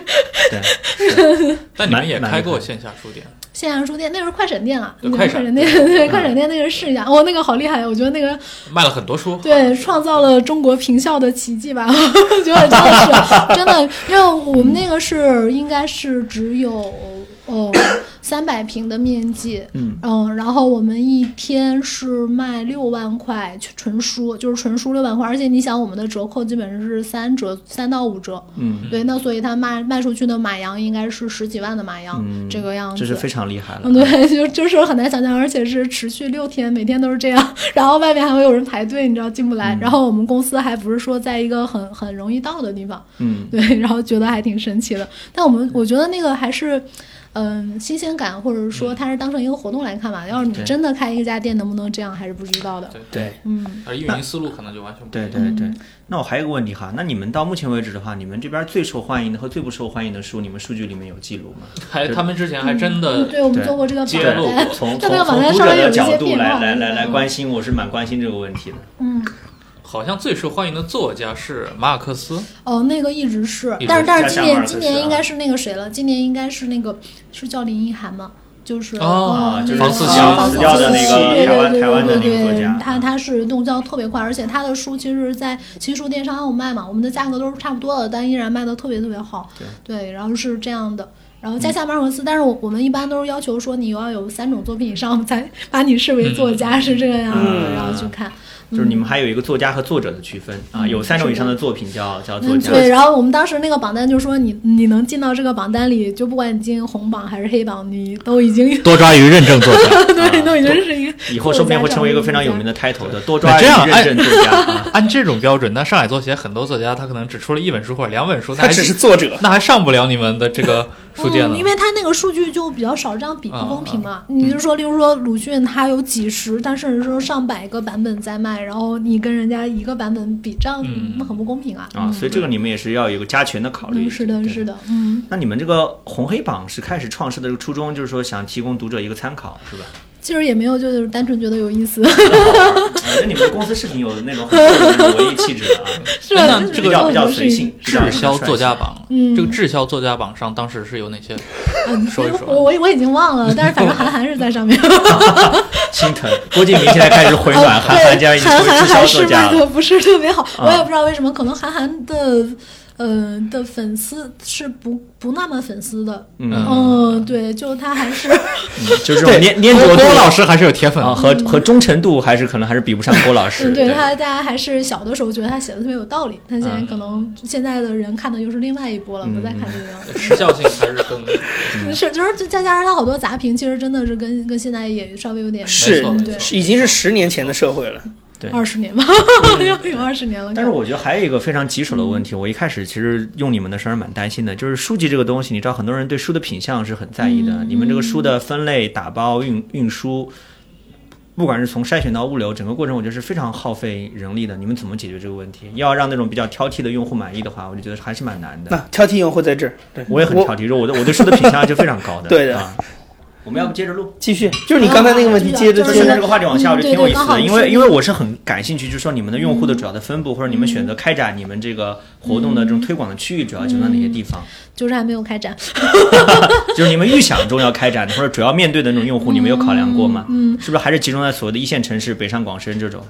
[SPEAKER 3] 对，
[SPEAKER 4] 但你们也
[SPEAKER 3] 蛮
[SPEAKER 4] 开过线下书店，
[SPEAKER 1] 线下书店那是快闪店啊，
[SPEAKER 4] 对
[SPEAKER 1] 那
[SPEAKER 4] 快
[SPEAKER 1] 是快
[SPEAKER 4] 闪
[SPEAKER 1] 闪店，对快闪店那个是一家，哦，那个好厉害，我觉得那个
[SPEAKER 4] 卖了很多 书。
[SPEAKER 1] 对，创造了中国平校的奇迹吧？ 我觉得真的是真的，因为我们那个是应该是只有呃三百平的面积，
[SPEAKER 3] 嗯
[SPEAKER 1] 嗯，然后我们一天是卖六万块纯书，就是纯书六万块，而且你想我们的折扣基本上是三折，三到五折，
[SPEAKER 3] 嗯
[SPEAKER 1] 对，那所以它卖卖出去的马洋应该是十几万的马洋、
[SPEAKER 3] 嗯，
[SPEAKER 1] 这个样子，
[SPEAKER 3] 这是非常厉害了。
[SPEAKER 1] 嗯，对，就就是很难想象，而且是持续六天，每天都是这样， 然后外面还会有人排队，你知道进不来。然后我们公司还不是说在一个很很容易到的地方，
[SPEAKER 3] 嗯，
[SPEAKER 1] 对，然后觉得还挺神奇的。但我们我觉得那个还是。嗯，新鲜感，或者说它是当成一个活动来看吧。要是你
[SPEAKER 3] 对
[SPEAKER 1] 真的开一家店，能不能这样还是不知道的。
[SPEAKER 4] 对
[SPEAKER 3] 对，
[SPEAKER 1] 嗯，
[SPEAKER 4] 而运营思路可能就完全不一
[SPEAKER 3] 对
[SPEAKER 4] 样。
[SPEAKER 3] 对对。那我还有一个问题哈，那你们到目前为止的话，你们这边最受欢迎的和最不受欢迎的书，你们数据里面有记录吗？
[SPEAKER 4] 还他们之前还真的
[SPEAKER 1] 嗯对，我们
[SPEAKER 3] 对
[SPEAKER 1] 做过这个
[SPEAKER 4] 揭
[SPEAKER 1] 榜
[SPEAKER 4] 露
[SPEAKER 1] 单
[SPEAKER 4] 过，
[SPEAKER 3] 从
[SPEAKER 1] 要
[SPEAKER 3] 从
[SPEAKER 1] 不要
[SPEAKER 3] 从
[SPEAKER 1] 往
[SPEAKER 3] 读
[SPEAKER 1] 上
[SPEAKER 3] 者
[SPEAKER 1] 有
[SPEAKER 3] 的
[SPEAKER 1] 一些
[SPEAKER 3] 角度
[SPEAKER 1] 变化
[SPEAKER 3] 来来来来
[SPEAKER 1] 嗯
[SPEAKER 3] 关心，我是蛮关心这个问题的。
[SPEAKER 1] 嗯，
[SPEAKER 4] 好像最受欢迎的作家是马尔克斯，
[SPEAKER 1] 哦，那个一直是
[SPEAKER 4] 一直，
[SPEAKER 1] 但是但
[SPEAKER 3] 加
[SPEAKER 1] 是今
[SPEAKER 3] 上马
[SPEAKER 1] 年
[SPEAKER 3] 尔
[SPEAKER 1] 今
[SPEAKER 3] 克斯
[SPEAKER 1] 年
[SPEAKER 3] 啊
[SPEAKER 1] 应该是那个谁了？今年应该是那个是叫林一涵吗？就是
[SPEAKER 4] 哦
[SPEAKER 1] 哦
[SPEAKER 3] 就是
[SPEAKER 1] 那个
[SPEAKER 4] 房思琪
[SPEAKER 1] 哦
[SPEAKER 4] 房
[SPEAKER 1] 思
[SPEAKER 4] 思
[SPEAKER 1] 琪
[SPEAKER 4] 琪
[SPEAKER 3] 掉的那个
[SPEAKER 1] 对对
[SPEAKER 3] 台湾
[SPEAKER 1] 对
[SPEAKER 3] 台湾的
[SPEAKER 1] 对
[SPEAKER 3] 那个作
[SPEAKER 1] 对
[SPEAKER 3] 家
[SPEAKER 1] 他他是动销特别快，而且他的书其实，在奇书电商还有卖嘛，我们的价格都是差不多的，但依然卖的特别特别好。对，然后是这样的。然后
[SPEAKER 3] 嗯
[SPEAKER 1] 加下马尔克斯，但是我我们一般都是要求说你要有三种作品以上才把你视为作家，是这个样子，
[SPEAKER 2] 嗯
[SPEAKER 1] 然后去看。
[SPEAKER 3] 就是你们还有一个作家和作者的区分啊，有三种以上的作品叫叫作
[SPEAKER 1] 嗯，
[SPEAKER 3] 家。
[SPEAKER 1] 对，然后我们当时那个榜单就说你你能进到这个榜单里，就不管你进红榜还是黑榜，你都已经
[SPEAKER 4] 多抓鱼认证作家。
[SPEAKER 1] 对，都已
[SPEAKER 3] 啊
[SPEAKER 1] 经是一个
[SPEAKER 3] 以后说不定会成为一个非常有名的 title 的多抓
[SPEAKER 4] 这样
[SPEAKER 3] 认证作家啊。
[SPEAKER 4] 按这种标准，那上海作协很多作家他可能只出了一本书或者两本书，那
[SPEAKER 2] 他
[SPEAKER 4] 还
[SPEAKER 2] 只是作者，
[SPEAKER 4] 那还上不了你们的这个书店
[SPEAKER 1] 嗯，
[SPEAKER 4] 了
[SPEAKER 1] 因。为他那个数据就比较少，这样比不
[SPEAKER 4] 啊
[SPEAKER 1] 公平嘛。你就说，例如说鲁迅，他有几十，但甚至说上百个版本在卖，然后你跟人家一个版本比，这样
[SPEAKER 4] 嗯
[SPEAKER 1] 很不公平啊。
[SPEAKER 3] 啊，所以这个你们也是要有一个加权的考虑。
[SPEAKER 1] 嗯，是的，
[SPEAKER 3] 对
[SPEAKER 1] 是。的，嗯。
[SPEAKER 3] 那你们这个红黑榜是开始创设的这个初衷，就是说想提供读者一个参考，是吧？
[SPEAKER 1] 其实也没有，就是单纯觉得有意思，
[SPEAKER 3] 啊那你们的公司是挺有那种很有那种文艺气质的啊，
[SPEAKER 1] 是吧
[SPEAKER 4] 那
[SPEAKER 1] 就是
[SPEAKER 4] 这
[SPEAKER 3] 比
[SPEAKER 1] 跟
[SPEAKER 4] 个
[SPEAKER 3] 较
[SPEAKER 1] 我
[SPEAKER 3] 比较
[SPEAKER 1] 们
[SPEAKER 3] 随
[SPEAKER 1] 是一
[SPEAKER 3] 性，比较
[SPEAKER 4] 滞销作家榜，
[SPEAKER 1] 嗯
[SPEAKER 4] 这个滞销作家榜上当时是有哪些？
[SPEAKER 1] 嗯，
[SPEAKER 4] 说
[SPEAKER 3] 啊
[SPEAKER 4] 一说
[SPEAKER 1] 我我我已经忘了，但是反正韩寒 是在上 面。
[SPEAKER 3] 心疼。郭敬明现在开始回暖，
[SPEAKER 1] 啊
[SPEAKER 3] 韩寒家已经成
[SPEAKER 1] 韩
[SPEAKER 3] 为滞
[SPEAKER 1] 寒
[SPEAKER 3] 销
[SPEAKER 1] 还
[SPEAKER 3] 作
[SPEAKER 1] 是
[SPEAKER 3] 家
[SPEAKER 1] 卖
[SPEAKER 3] 了。
[SPEAKER 1] 的不是特别好，
[SPEAKER 3] 啊
[SPEAKER 1] 我也不知道为什么，可能韩寒的。呃的粉丝是不不那么粉丝的，
[SPEAKER 3] 嗯
[SPEAKER 1] 嗯，对，就他还是
[SPEAKER 3] 就是这种粘粘着
[SPEAKER 4] 郭
[SPEAKER 3] 度
[SPEAKER 4] 郭老师还是有铁粉
[SPEAKER 3] 啊，
[SPEAKER 4] 的。
[SPEAKER 3] 和和忠诚度还是可能还是比不上郭老师。
[SPEAKER 1] 嗯，对他，大家还是小的时候觉得他写的特别有道理，但现在可能现在的人看的又是另外一波了，
[SPEAKER 3] 嗯
[SPEAKER 1] 不再看这个样子。
[SPEAKER 4] 时效性还是更
[SPEAKER 1] 是，就是再加上他好多杂评，其实真的是跟跟现在也稍微有点嗯
[SPEAKER 2] 是
[SPEAKER 4] 没错没
[SPEAKER 1] 对
[SPEAKER 4] 错。
[SPEAKER 2] 是已经是十年前的社会了。
[SPEAKER 3] 对
[SPEAKER 1] 二十年吧， 有二十年了。
[SPEAKER 3] 但是我觉得还有一个非常棘手的问题，我一开始其实用你们的时候蛮担心的，就是书籍这个东西，你知道很多人对书的品相是很在意的，
[SPEAKER 2] 嗯
[SPEAKER 3] 你们这个书的分类、打包、运运输，不管是从筛选到物流，整个过程我觉得是非常耗费人力的。你们怎么解决这个问题？要让那种比较挑剔的用户满意的话，我就觉得还是蛮难
[SPEAKER 2] 那
[SPEAKER 3] 的。
[SPEAKER 2] 挑剔用户在这儿，对
[SPEAKER 3] 我也很挑剔，就是我的我对书的品相就非常高的。
[SPEAKER 2] 对的
[SPEAKER 3] 啊，我们要不接着录？
[SPEAKER 2] 继续，就是你刚才那个问题
[SPEAKER 1] 啊
[SPEAKER 2] 接着
[SPEAKER 1] 就是
[SPEAKER 3] 顺着
[SPEAKER 2] 接。
[SPEAKER 3] 这个话题往下，我觉得挺有意思的，
[SPEAKER 1] 嗯对对
[SPEAKER 3] 因
[SPEAKER 1] 刚好
[SPEAKER 3] 为
[SPEAKER 1] 是嗯
[SPEAKER 3] 因为我是很感兴趣，就是说你们的用户的主要的分布，或者你们选择开展你们这个活动的
[SPEAKER 1] 嗯
[SPEAKER 3] 这种推广的区域，主要集中在哪些地方？
[SPEAKER 1] 就是还没有开展，
[SPEAKER 3] 就是你们预想中要开展的，或者主要面对的那种用户，你们有考量过吗？
[SPEAKER 1] 嗯，
[SPEAKER 3] 是不是还是集中在所谓的一线城市，北上广深这种？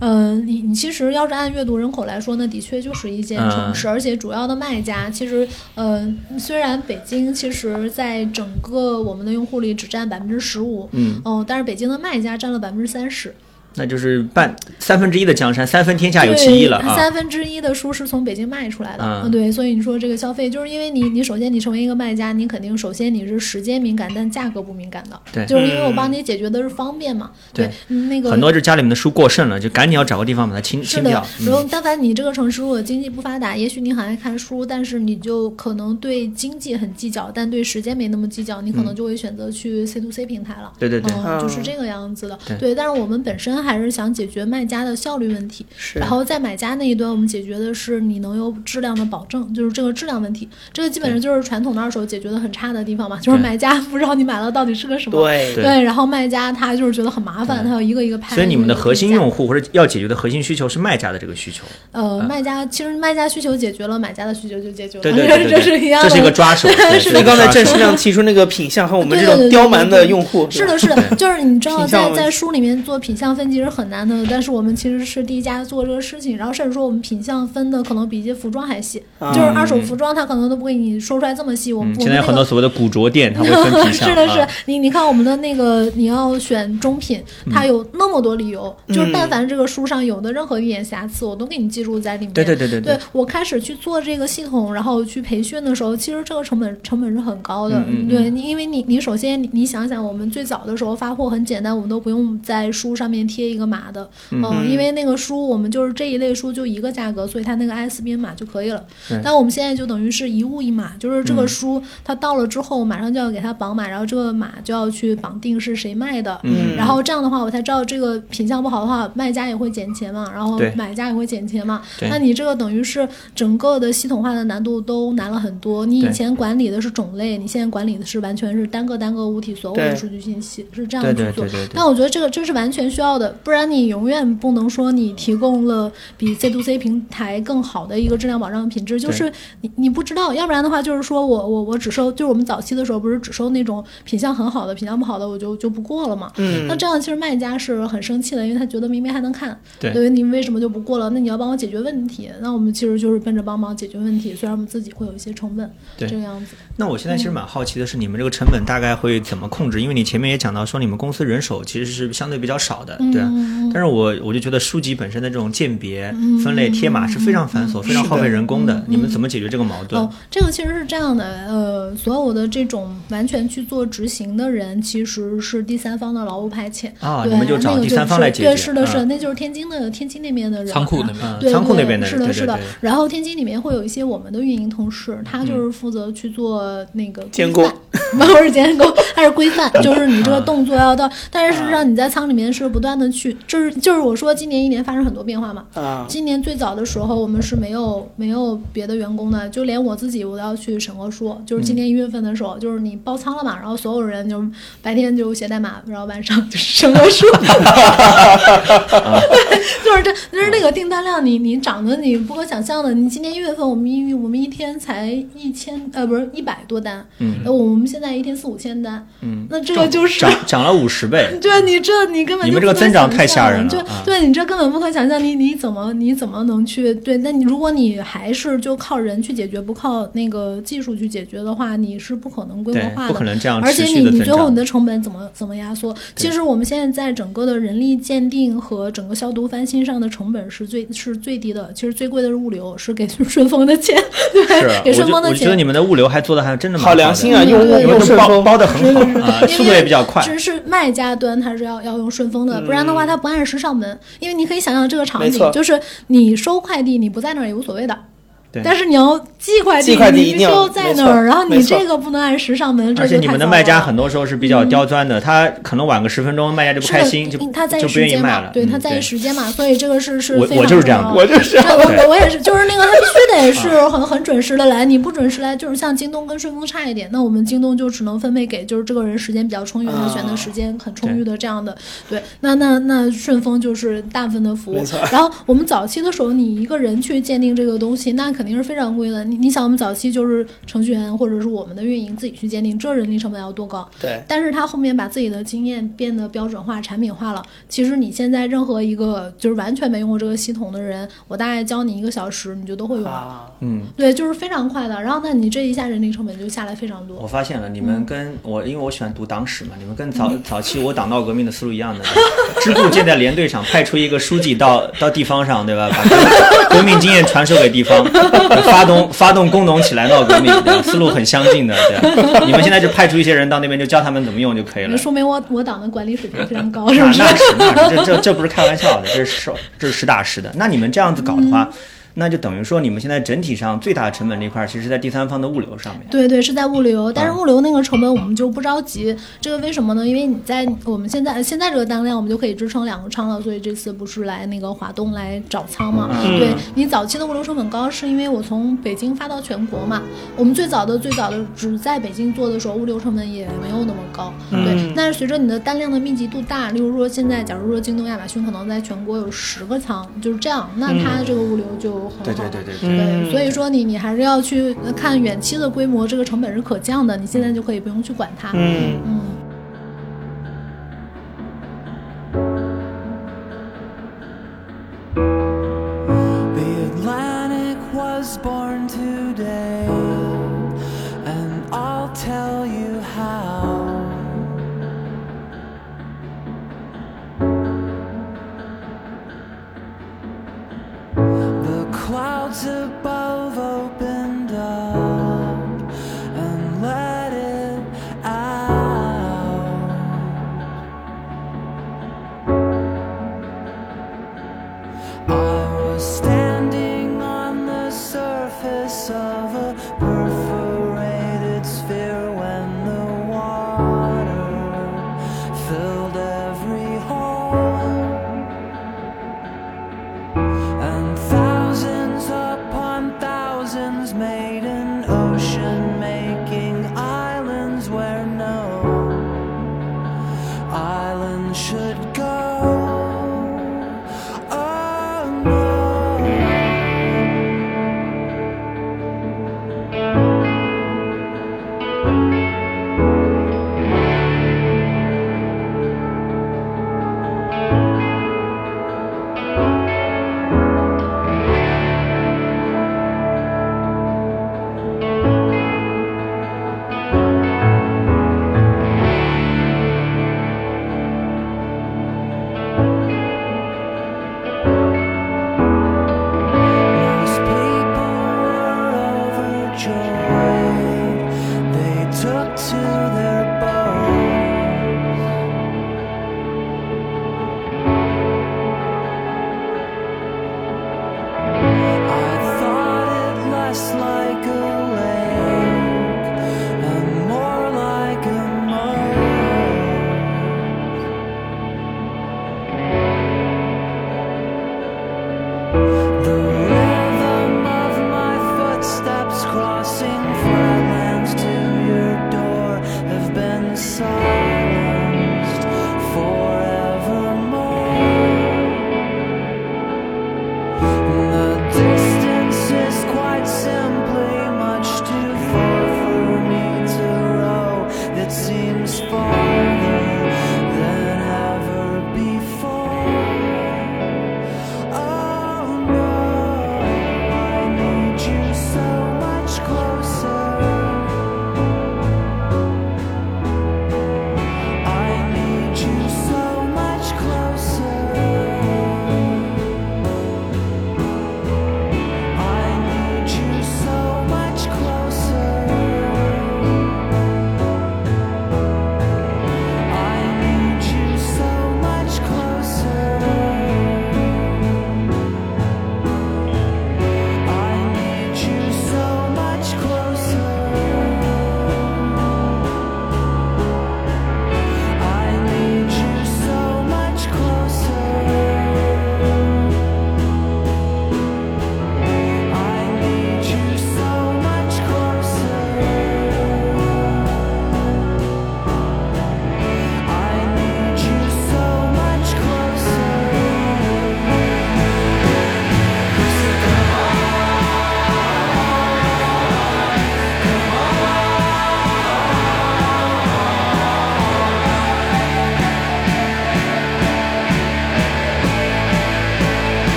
[SPEAKER 1] 嗯，你你其实要是按阅读人口来说呢，的确就是一线城市，而且主要的卖家其实，嗯、虽然北京其实在整个我们的用户里只占百分之十五，
[SPEAKER 3] 嗯，
[SPEAKER 1] 哦，但是北京的卖家占了百分之三十，
[SPEAKER 3] 那就是半三分之一的江山，三分天下有其一
[SPEAKER 1] 对
[SPEAKER 3] 了，啊。
[SPEAKER 1] 三分之一的书是从北京卖出来的，
[SPEAKER 3] 嗯
[SPEAKER 1] 嗯，对，所以你说这个消费，就是因为你你首先你成为一个卖家，你肯定首先你是时间敏感，但价格不敏感的，
[SPEAKER 3] 对
[SPEAKER 1] 就是因为我帮你解决的是方便嘛，
[SPEAKER 3] 对
[SPEAKER 1] 嗯那个
[SPEAKER 3] 很多嗯就是家里面的书过剩了，就赶紧要找个地方把它清
[SPEAKER 1] 是
[SPEAKER 3] 清
[SPEAKER 1] 的
[SPEAKER 3] 掉。，
[SPEAKER 1] 然后但凡你这个城市如果经济不发达，也许你很爱看书，但是你就可能对经济很计较，但对时间没那么计较，你可能就会选择去 C to C 平台了。
[SPEAKER 3] 嗯对对对
[SPEAKER 1] 嗯，就是这个样子的。
[SPEAKER 3] 对
[SPEAKER 1] 对，但是我们本身还是想解决卖家的效率问题，
[SPEAKER 2] 是
[SPEAKER 1] 然后在买家那一端，我们解决的是你能有质量的保证，就是这个质量问题。这个基本上就是传统的二手解决的很差的地方嘛，就是
[SPEAKER 3] 对
[SPEAKER 1] 买家不知道你买了到底是个什么。
[SPEAKER 2] 对
[SPEAKER 3] 对
[SPEAKER 1] 对，然后卖家他就是觉得很麻烦，
[SPEAKER 3] 对
[SPEAKER 1] 他要一个一个拍。
[SPEAKER 3] 所以你们的
[SPEAKER 1] 一个一个
[SPEAKER 3] 核心
[SPEAKER 1] 加
[SPEAKER 3] 用户或者要解决的核心需求是卖家的这个需求，
[SPEAKER 1] 呃，
[SPEAKER 3] 嗯
[SPEAKER 1] 卖家其实卖家需求解决了，买家的需 求就解决了，
[SPEAKER 3] 对对对对
[SPEAKER 1] 这
[SPEAKER 3] 对，
[SPEAKER 1] 是一样
[SPEAKER 3] 这
[SPEAKER 1] 的。
[SPEAKER 3] 是一个 抓手。对
[SPEAKER 2] 所以刚才
[SPEAKER 3] 这
[SPEAKER 2] 郑
[SPEAKER 3] 是一个抓手
[SPEAKER 2] 世亮提出那个品相和我们这
[SPEAKER 1] 对
[SPEAKER 2] 种
[SPEAKER 1] 对对
[SPEAKER 2] 刁蛮
[SPEAKER 1] 对对
[SPEAKER 2] 的
[SPEAKER 1] 对
[SPEAKER 2] 用户，
[SPEAKER 1] 是的，是的，就是你知道
[SPEAKER 2] 品相
[SPEAKER 1] 在，
[SPEAKER 2] 问
[SPEAKER 1] 在
[SPEAKER 2] 题
[SPEAKER 1] 书里面做品相分其实很难的，但是我们其实是第一家做这个事情，然后甚至说我们品相分的可能比一些服装还细，
[SPEAKER 2] 啊
[SPEAKER 1] 就是二手服装它可能都不给你说出来这么细，我们
[SPEAKER 3] 嗯，
[SPEAKER 1] 我
[SPEAKER 3] 现
[SPEAKER 1] 们
[SPEAKER 3] 在
[SPEAKER 1] 那
[SPEAKER 3] 有
[SPEAKER 1] 个
[SPEAKER 3] 很多所谓的古着店，它会分品相
[SPEAKER 1] 是的，是的
[SPEAKER 3] 啊，
[SPEAKER 1] 你你看我们的那个，你要选中品，
[SPEAKER 3] 嗯
[SPEAKER 1] 它有那么多理由，就是但凡这个书上有的任何一点瑕疵，我都给你记录在里面。
[SPEAKER 3] 对对对对对
[SPEAKER 1] 对，我开始去做这个系统，然后去培训的时候，其实这个成本成本是很高的。
[SPEAKER 3] 嗯嗯嗯
[SPEAKER 1] 对，你因为你你首先你你想想，我们最早的时候发货很简单，我们都不用在书上面贴一个码的，嗯、因为那个书我们就是这一类书就一个价格，所以它那个 S 编码就可以了
[SPEAKER 3] 对。嗯
[SPEAKER 1] 但我们现在就等于是一物一码，就是这个书它到了之后，马上就要给它绑码，然后这个码就要去绑定是谁卖的。
[SPEAKER 3] 嗯
[SPEAKER 1] 然后这样的话，我才知道这个品相不好的话，卖家也会减钱嘛，然后
[SPEAKER 3] 对
[SPEAKER 1] 买家也会减钱嘛。
[SPEAKER 3] 对
[SPEAKER 1] 那你这个等于是整个的系统化的难度都难了很多。你
[SPEAKER 3] 对
[SPEAKER 1] 以前管理的是种类，你现在管理的是完全是单个单个物体所有
[SPEAKER 2] 对
[SPEAKER 1] 的数据信息，是这样
[SPEAKER 3] 对
[SPEAKER 1] 去
[SPEAKER 3] 对
[SPEAKER 1] 做
[SPEAKER 3] 对。对对
[SPEAKER 1] 但。我觉得这个这是完全需要的，不然你永远不能说你提供了比 C to C 平台更好的一个质量保障的品质，就是你你不知道，要不然的话就是说我我我只收，就是我们早期的时候不是只收那种品相很好的，品相不好的我就就不过了嘛。
[SPEAKER 2] 嗯
[SPEAKER 1] 那这样其实卖家是很生气的，因为他觉得明明还能看，
[SPEAKER 3] 对
[SPEAKER 1] 对，你为什么就不过了？那你要帮我解决问题，那我们其实就是奔着帮忙解决问题，虽然我们自己会有一些成本，
[SPEAKER 3] 对
[SPEAKER 1] 这个样子。
[SPEAKER 3] 那我现
[SPEAKER 1] 嗯
[SPEAKER 3] 在其实蛮好奇的是，你们这个成本大概会怎么控制？因为你前面也讲到说，你们公司人手其实是相对比较少
[SPEAKER 1] 嗯
[SPEAKER 3] 的，对啊。但是我我就觉得书籍本身的这种鉴别、
[SPEAKER 1] 嗯
[SPEAKER 3] 分类、贴码是非常繁琐、非常耗费人工的。你们怎么解决这个矛盾
[SPEAKER 1] 哦？，这个其实是这样的，呃，所有的这种完全去做执行的人，其实是第三方的劳务派遣。
[SPEAKER 3] 啊，
[SPEAKER 1] 对，
[SPEAKER 3] 你们就找
[SPEAKER 1] 那个
[SPEAKER 3] 第
[SPEAKER 1] 就
[SPEAKER 3] 三方
[SPEAKER 1] 是
[SPEAKER 3] 来解决。
[SPEAKER 1] 对，是的，是的，
[SPEAKER 3] 嗯
[SPEAKER 1] 那就是天津的天津那边的人，啊
[SPEAKER 4] 仓库
[SPEAKER 1] 然
[SPEAKER 4] 那
[SPEAKER 1] 后
[SPEAKER 4] 边。
[SPEAKER 1] 对
[SPEAKER 3] 仓库那边的
[SPEAKER 1] 对是
[SPEAKER 3] 人
[SPEAKER 1] 的，
[SPEAKER 3] 对
[SPEAKER 1] 是
[SPEAKER 3] 对嗯
[SPEAKER 1] 的
[SPEAKER 3] 对。
[SPEAKER 1] 然后天津里面会有一些我们的运营同事，他就是负责去做那个
[SPEAKER 2] 监
[SPEAKER 1] 规范，不是监工，他是规范，就是你这
[SPEAKER 3] 嗯
[SPEAKER 1] 个动作要到。但是事实上你在仓里面是不断的去，就是就是我说今年一年发生很多变化嘛。
[SPEAKER 2] 啊，
[SPEAKER 1] 今年最早的时候，我们是没有没有别的员工的，就连我自己我都要去审核书。就是今年一月份的时候，就是你爆仓了嘛，然后所有人就白天就写代码，然后晚上 就是审核书。就是这，就是那个订单量你，你涨的你不可想象的。你今年一月份，我们一我们一天才一千，呃，不是一百多单，嗯，我们现在一天四五千单，嗯，那这个就是
[SPEAKER 3] 涨。涨了五十倍，
[SPEAKER 1] 对你这，你根本就
[SPEAKER 3] 你们这个
[SPEAKER 1] 不可
[SPEAKER 3] 增长
[SPEAKER 1] 想
[SPEAKER 3] 太吓
[SPEAKER 1] 象
[SPEAKER 3] 人了
[SPEAKER 1] 对
[SPEAKER 3] 啊，
[SPEAKER 1] 对你这根本不可想象，你你怎么你怎么能去对？那你如果你还是就靠人去解决，不靠那个技术去解决的话，你是不可能规模
[SPEAKER 3] 对，
[SPEAKER 1] 化
[SPEAKER 3] 不
[SPEAKER 1] 的。
[SPEAKER 3] 可能这样
[SPEAKER 1] 而且
[SPEAKER 3] 持续
[SPEAKER 1] 你
[SPEAKER 3] 的
[SPEAKER 1] 你
[SPEAKER 3] 增
[SPEAKER 1] 最后
[SPEAKER 3] 长
[SPEAKER 1] 你。的成本怎么怎么压缩？其实我们现在在整个的人力鉴定和整个消毒翻新上的成本是最是最低的，其实最贵的是物流，是给 顺丰的钱，
[SPEAKER 3] 是
[SPEAKER 1] 对，，
[SPEAKER 3] 啊
[SPEAKER 1] 给
[SPEAKER 3] 我
[SPEAKER 1] 顺
[SPEAKER 3] 就
[SPEAKER 1] 丰的
[SPEAKER 3] 我觉得
[SPEAKER 1] 钱
[SPEAKER 3] 你。们的物流还做的还真的蛮
[SPEAKER 2] 好良
[SPEAKER 3] 的
[SPEAKER 2] 心啊，
[SPEAKER 1] 嗯
[SPEAKER 2] 用
[SPEAKER 1] 对
[SPEAKER 2] 用
[SPEAKER 1] 对
[SPEAKER 2] 用
[SPEAKER 3] 你们
[SPEAKER 2] 顺
[SPEAKER 3] 包
[SPEAKER 2] 丰
[SPEAKER 3] 包的很好 啊，
[SPEAKER 1] 因为
[SPEAKER 3] 速度也比较快。
[SPEAKER 1] 只是卖家端它是要要用顺丰的，不然的话它不按时上门。因为你可以想象这个场
[SPEAKER 2] 嗯没错
[SPEAKER 1] 景，就是你收快递你不在那儿也无所谓的，
[SPEAKER 3] 对
[SPEAKER 1] 但是你要寄快递，
[SPEAKER 2] 寄快递
[SPEAKER 1] 你
[SPEAKER 2] 一
[SPEAKER 1] 必
[SPEAKER 2] 定
[SPEAKER 1] 须
[SPEAKER 2] 要
[SPEAKER 1] 要在那
[SPEAKER 2] 没错
[SPEAKER 1] 儿，然后
[SPEAKER 2] 没
[SPEAKER 1] 你
[SPEAKER 2] 错
[SPEAKER 1] 这个不能按时上门，这
[SPEAKER 3] 而且
[SPEAKER 1] 就
[SPEAKER 3] 你
[SPEAKER 1] 太
[SPEAKER 3] 们的
[SPEAKER 1] 糟
[SPEAKER 3] 卖
[SPEAKER 1] 糕
[SPEAKER 3] 家
[SPEAKER 1] 了嗯
[SPEAKER 3] 很多时候是比较刁钻的，他可能晚个十分钟，卖家就不
[SPEAKER 1] 是
[SPEAKER 3] 开
[SPEAKER 1] 的，
[SPEAKER 3] 心，就
[SPEAKER 1] 因他在
[SPEAKER 3] 就
[SPEAKER 1] 意
[SPEAKER 3] 不
[SPEAKER 1] 时
[SPEAKER 3] 愿意
[SPEAKER 1] 间
[SPEAKER 3] 卖
[SPEAKER 1] 嘛
[SPEAKER 3] 了，。
[SPEAKER 1] 对，他
[SPEAKER 3] 嗯
[SPEAKER 1] 在意时间嘛，所以这个是是
[SPEAKER 3] 我
[SPEAKER 1] 非常
[SPEAKER 3] 我就是这样
[SPEAKER 1] 重要
[SPEAKER 3] 的
[SPEAKER 2] 我就是
[SPEAKER 1] 对我我我也是，就是那个他必须得 是很很准时的来，你不准时来，就是像京东跟顺丰差一点，那我们京东就只能分配给就是这个人时间比较充裕
[SPEAKER 2] 啊
[SPEAKER 1] 的，选择时间很充裕的这样的。对，那那那顺丰就是大部分的服务
[SPEAKER 2] 没错。
[SPEAKER 1] 然后我们早期的时候，你一个人去鉴定这个东西，那肯定是非常贵的。你你想，我们早期就是程序员或者是我们的运营自己去鉴定，这人力成本要多高？
[SPEAKER 2] 对，
[SPEAKER 1] 但是他后面把自己的经验变得标准化、产品化了。其实你现在任何一个就是完全没用过这个系统的人，我大概教你一个小时，你就都会用了。
[SPEAKER 2] 啊，
[SPEAKER 3] 嗯，
[SPEAKER 1] 对，就是非常快的。然后，那你这一下人力成本就下来非常
[SPEAKER 3] 我
[SPEAKER 1] 多。
[SPEAKER 3] 发现了，你
[SPEAKER 1] 嗯
[SPEAKER 3] 们跟我，因为我喜欢读党史嘛，你们跟早早期我党闹革命的思路一样的，支部建在连队上，派出一个书记到到地方上，对吧？把 革革命经验传授给地方，发动发动工农起来闹革命，对吧思路很相近的。对，你们现在就派出一些人到那边，就教他们怎么用就可以了
[SPEAKER 1] 那。说明我我党的管理水平非常 高，是
[SPEAKER 3] 那
[SPEAKER 1] 不
[SPEAKER 3] 那
[SPEAKER 1] 是？
[SPEAKER 3] 是那是，这这这不是开玩笑的，这是实这是实打实的。那你们这样子搞的话，
[SPEAKER 1] 嗯
[SPEAKER 3] 那就等于说你们现在整体上最大的成本这一块，其实在第三方的物流上面。嗯
[SPEAKER 1] 对对，是在物流，但是物流那个成本我们就不着急。这个为什么呢？因为你在我们现在呃现在这个单量，我们就可以支撑两个仓了，所以这次不是来那个华东来找仓嘛？
[SPEAKER 3] 嗯
[SPEAKER 1] 对你早期的物流成本高，是因为我从北京发到全国嘛。我们最早的最早的只在北京做的时候，物流成本也没有那么高。对
[SPEAKER 2] 嗯，
[SPEAKER 1] 但是随着你的单量的密集度大，例如说现在，假如说京东、亚马逊可能在全国有十个仓，就是这样，那它这个物流就很好了。
[SPEAKER 3] 嗯对对对对对。
[SPEAKER 1] 对，
[SPEAKER 2] 嗯
[SPEAKER 1] 所以说你你还是要去看远期的规模，这个成本是可降的，你现在就可以不用去管它。
[SPEAKER 2] 嗯
[SPEAKER 1] 嗯
[SPEAKER 5] clouds above opened up and let it out. I was standing on the surface of a perforated sphere when the water filled every hole and thousands upon thousands made an ocean making islands where no island should go oh no Most people were overjoyed. They took to their bones. I thought it less like a lake and more like a moat. The rhythm of my footsteps crossing flatlands to your door have been silenced forevermore.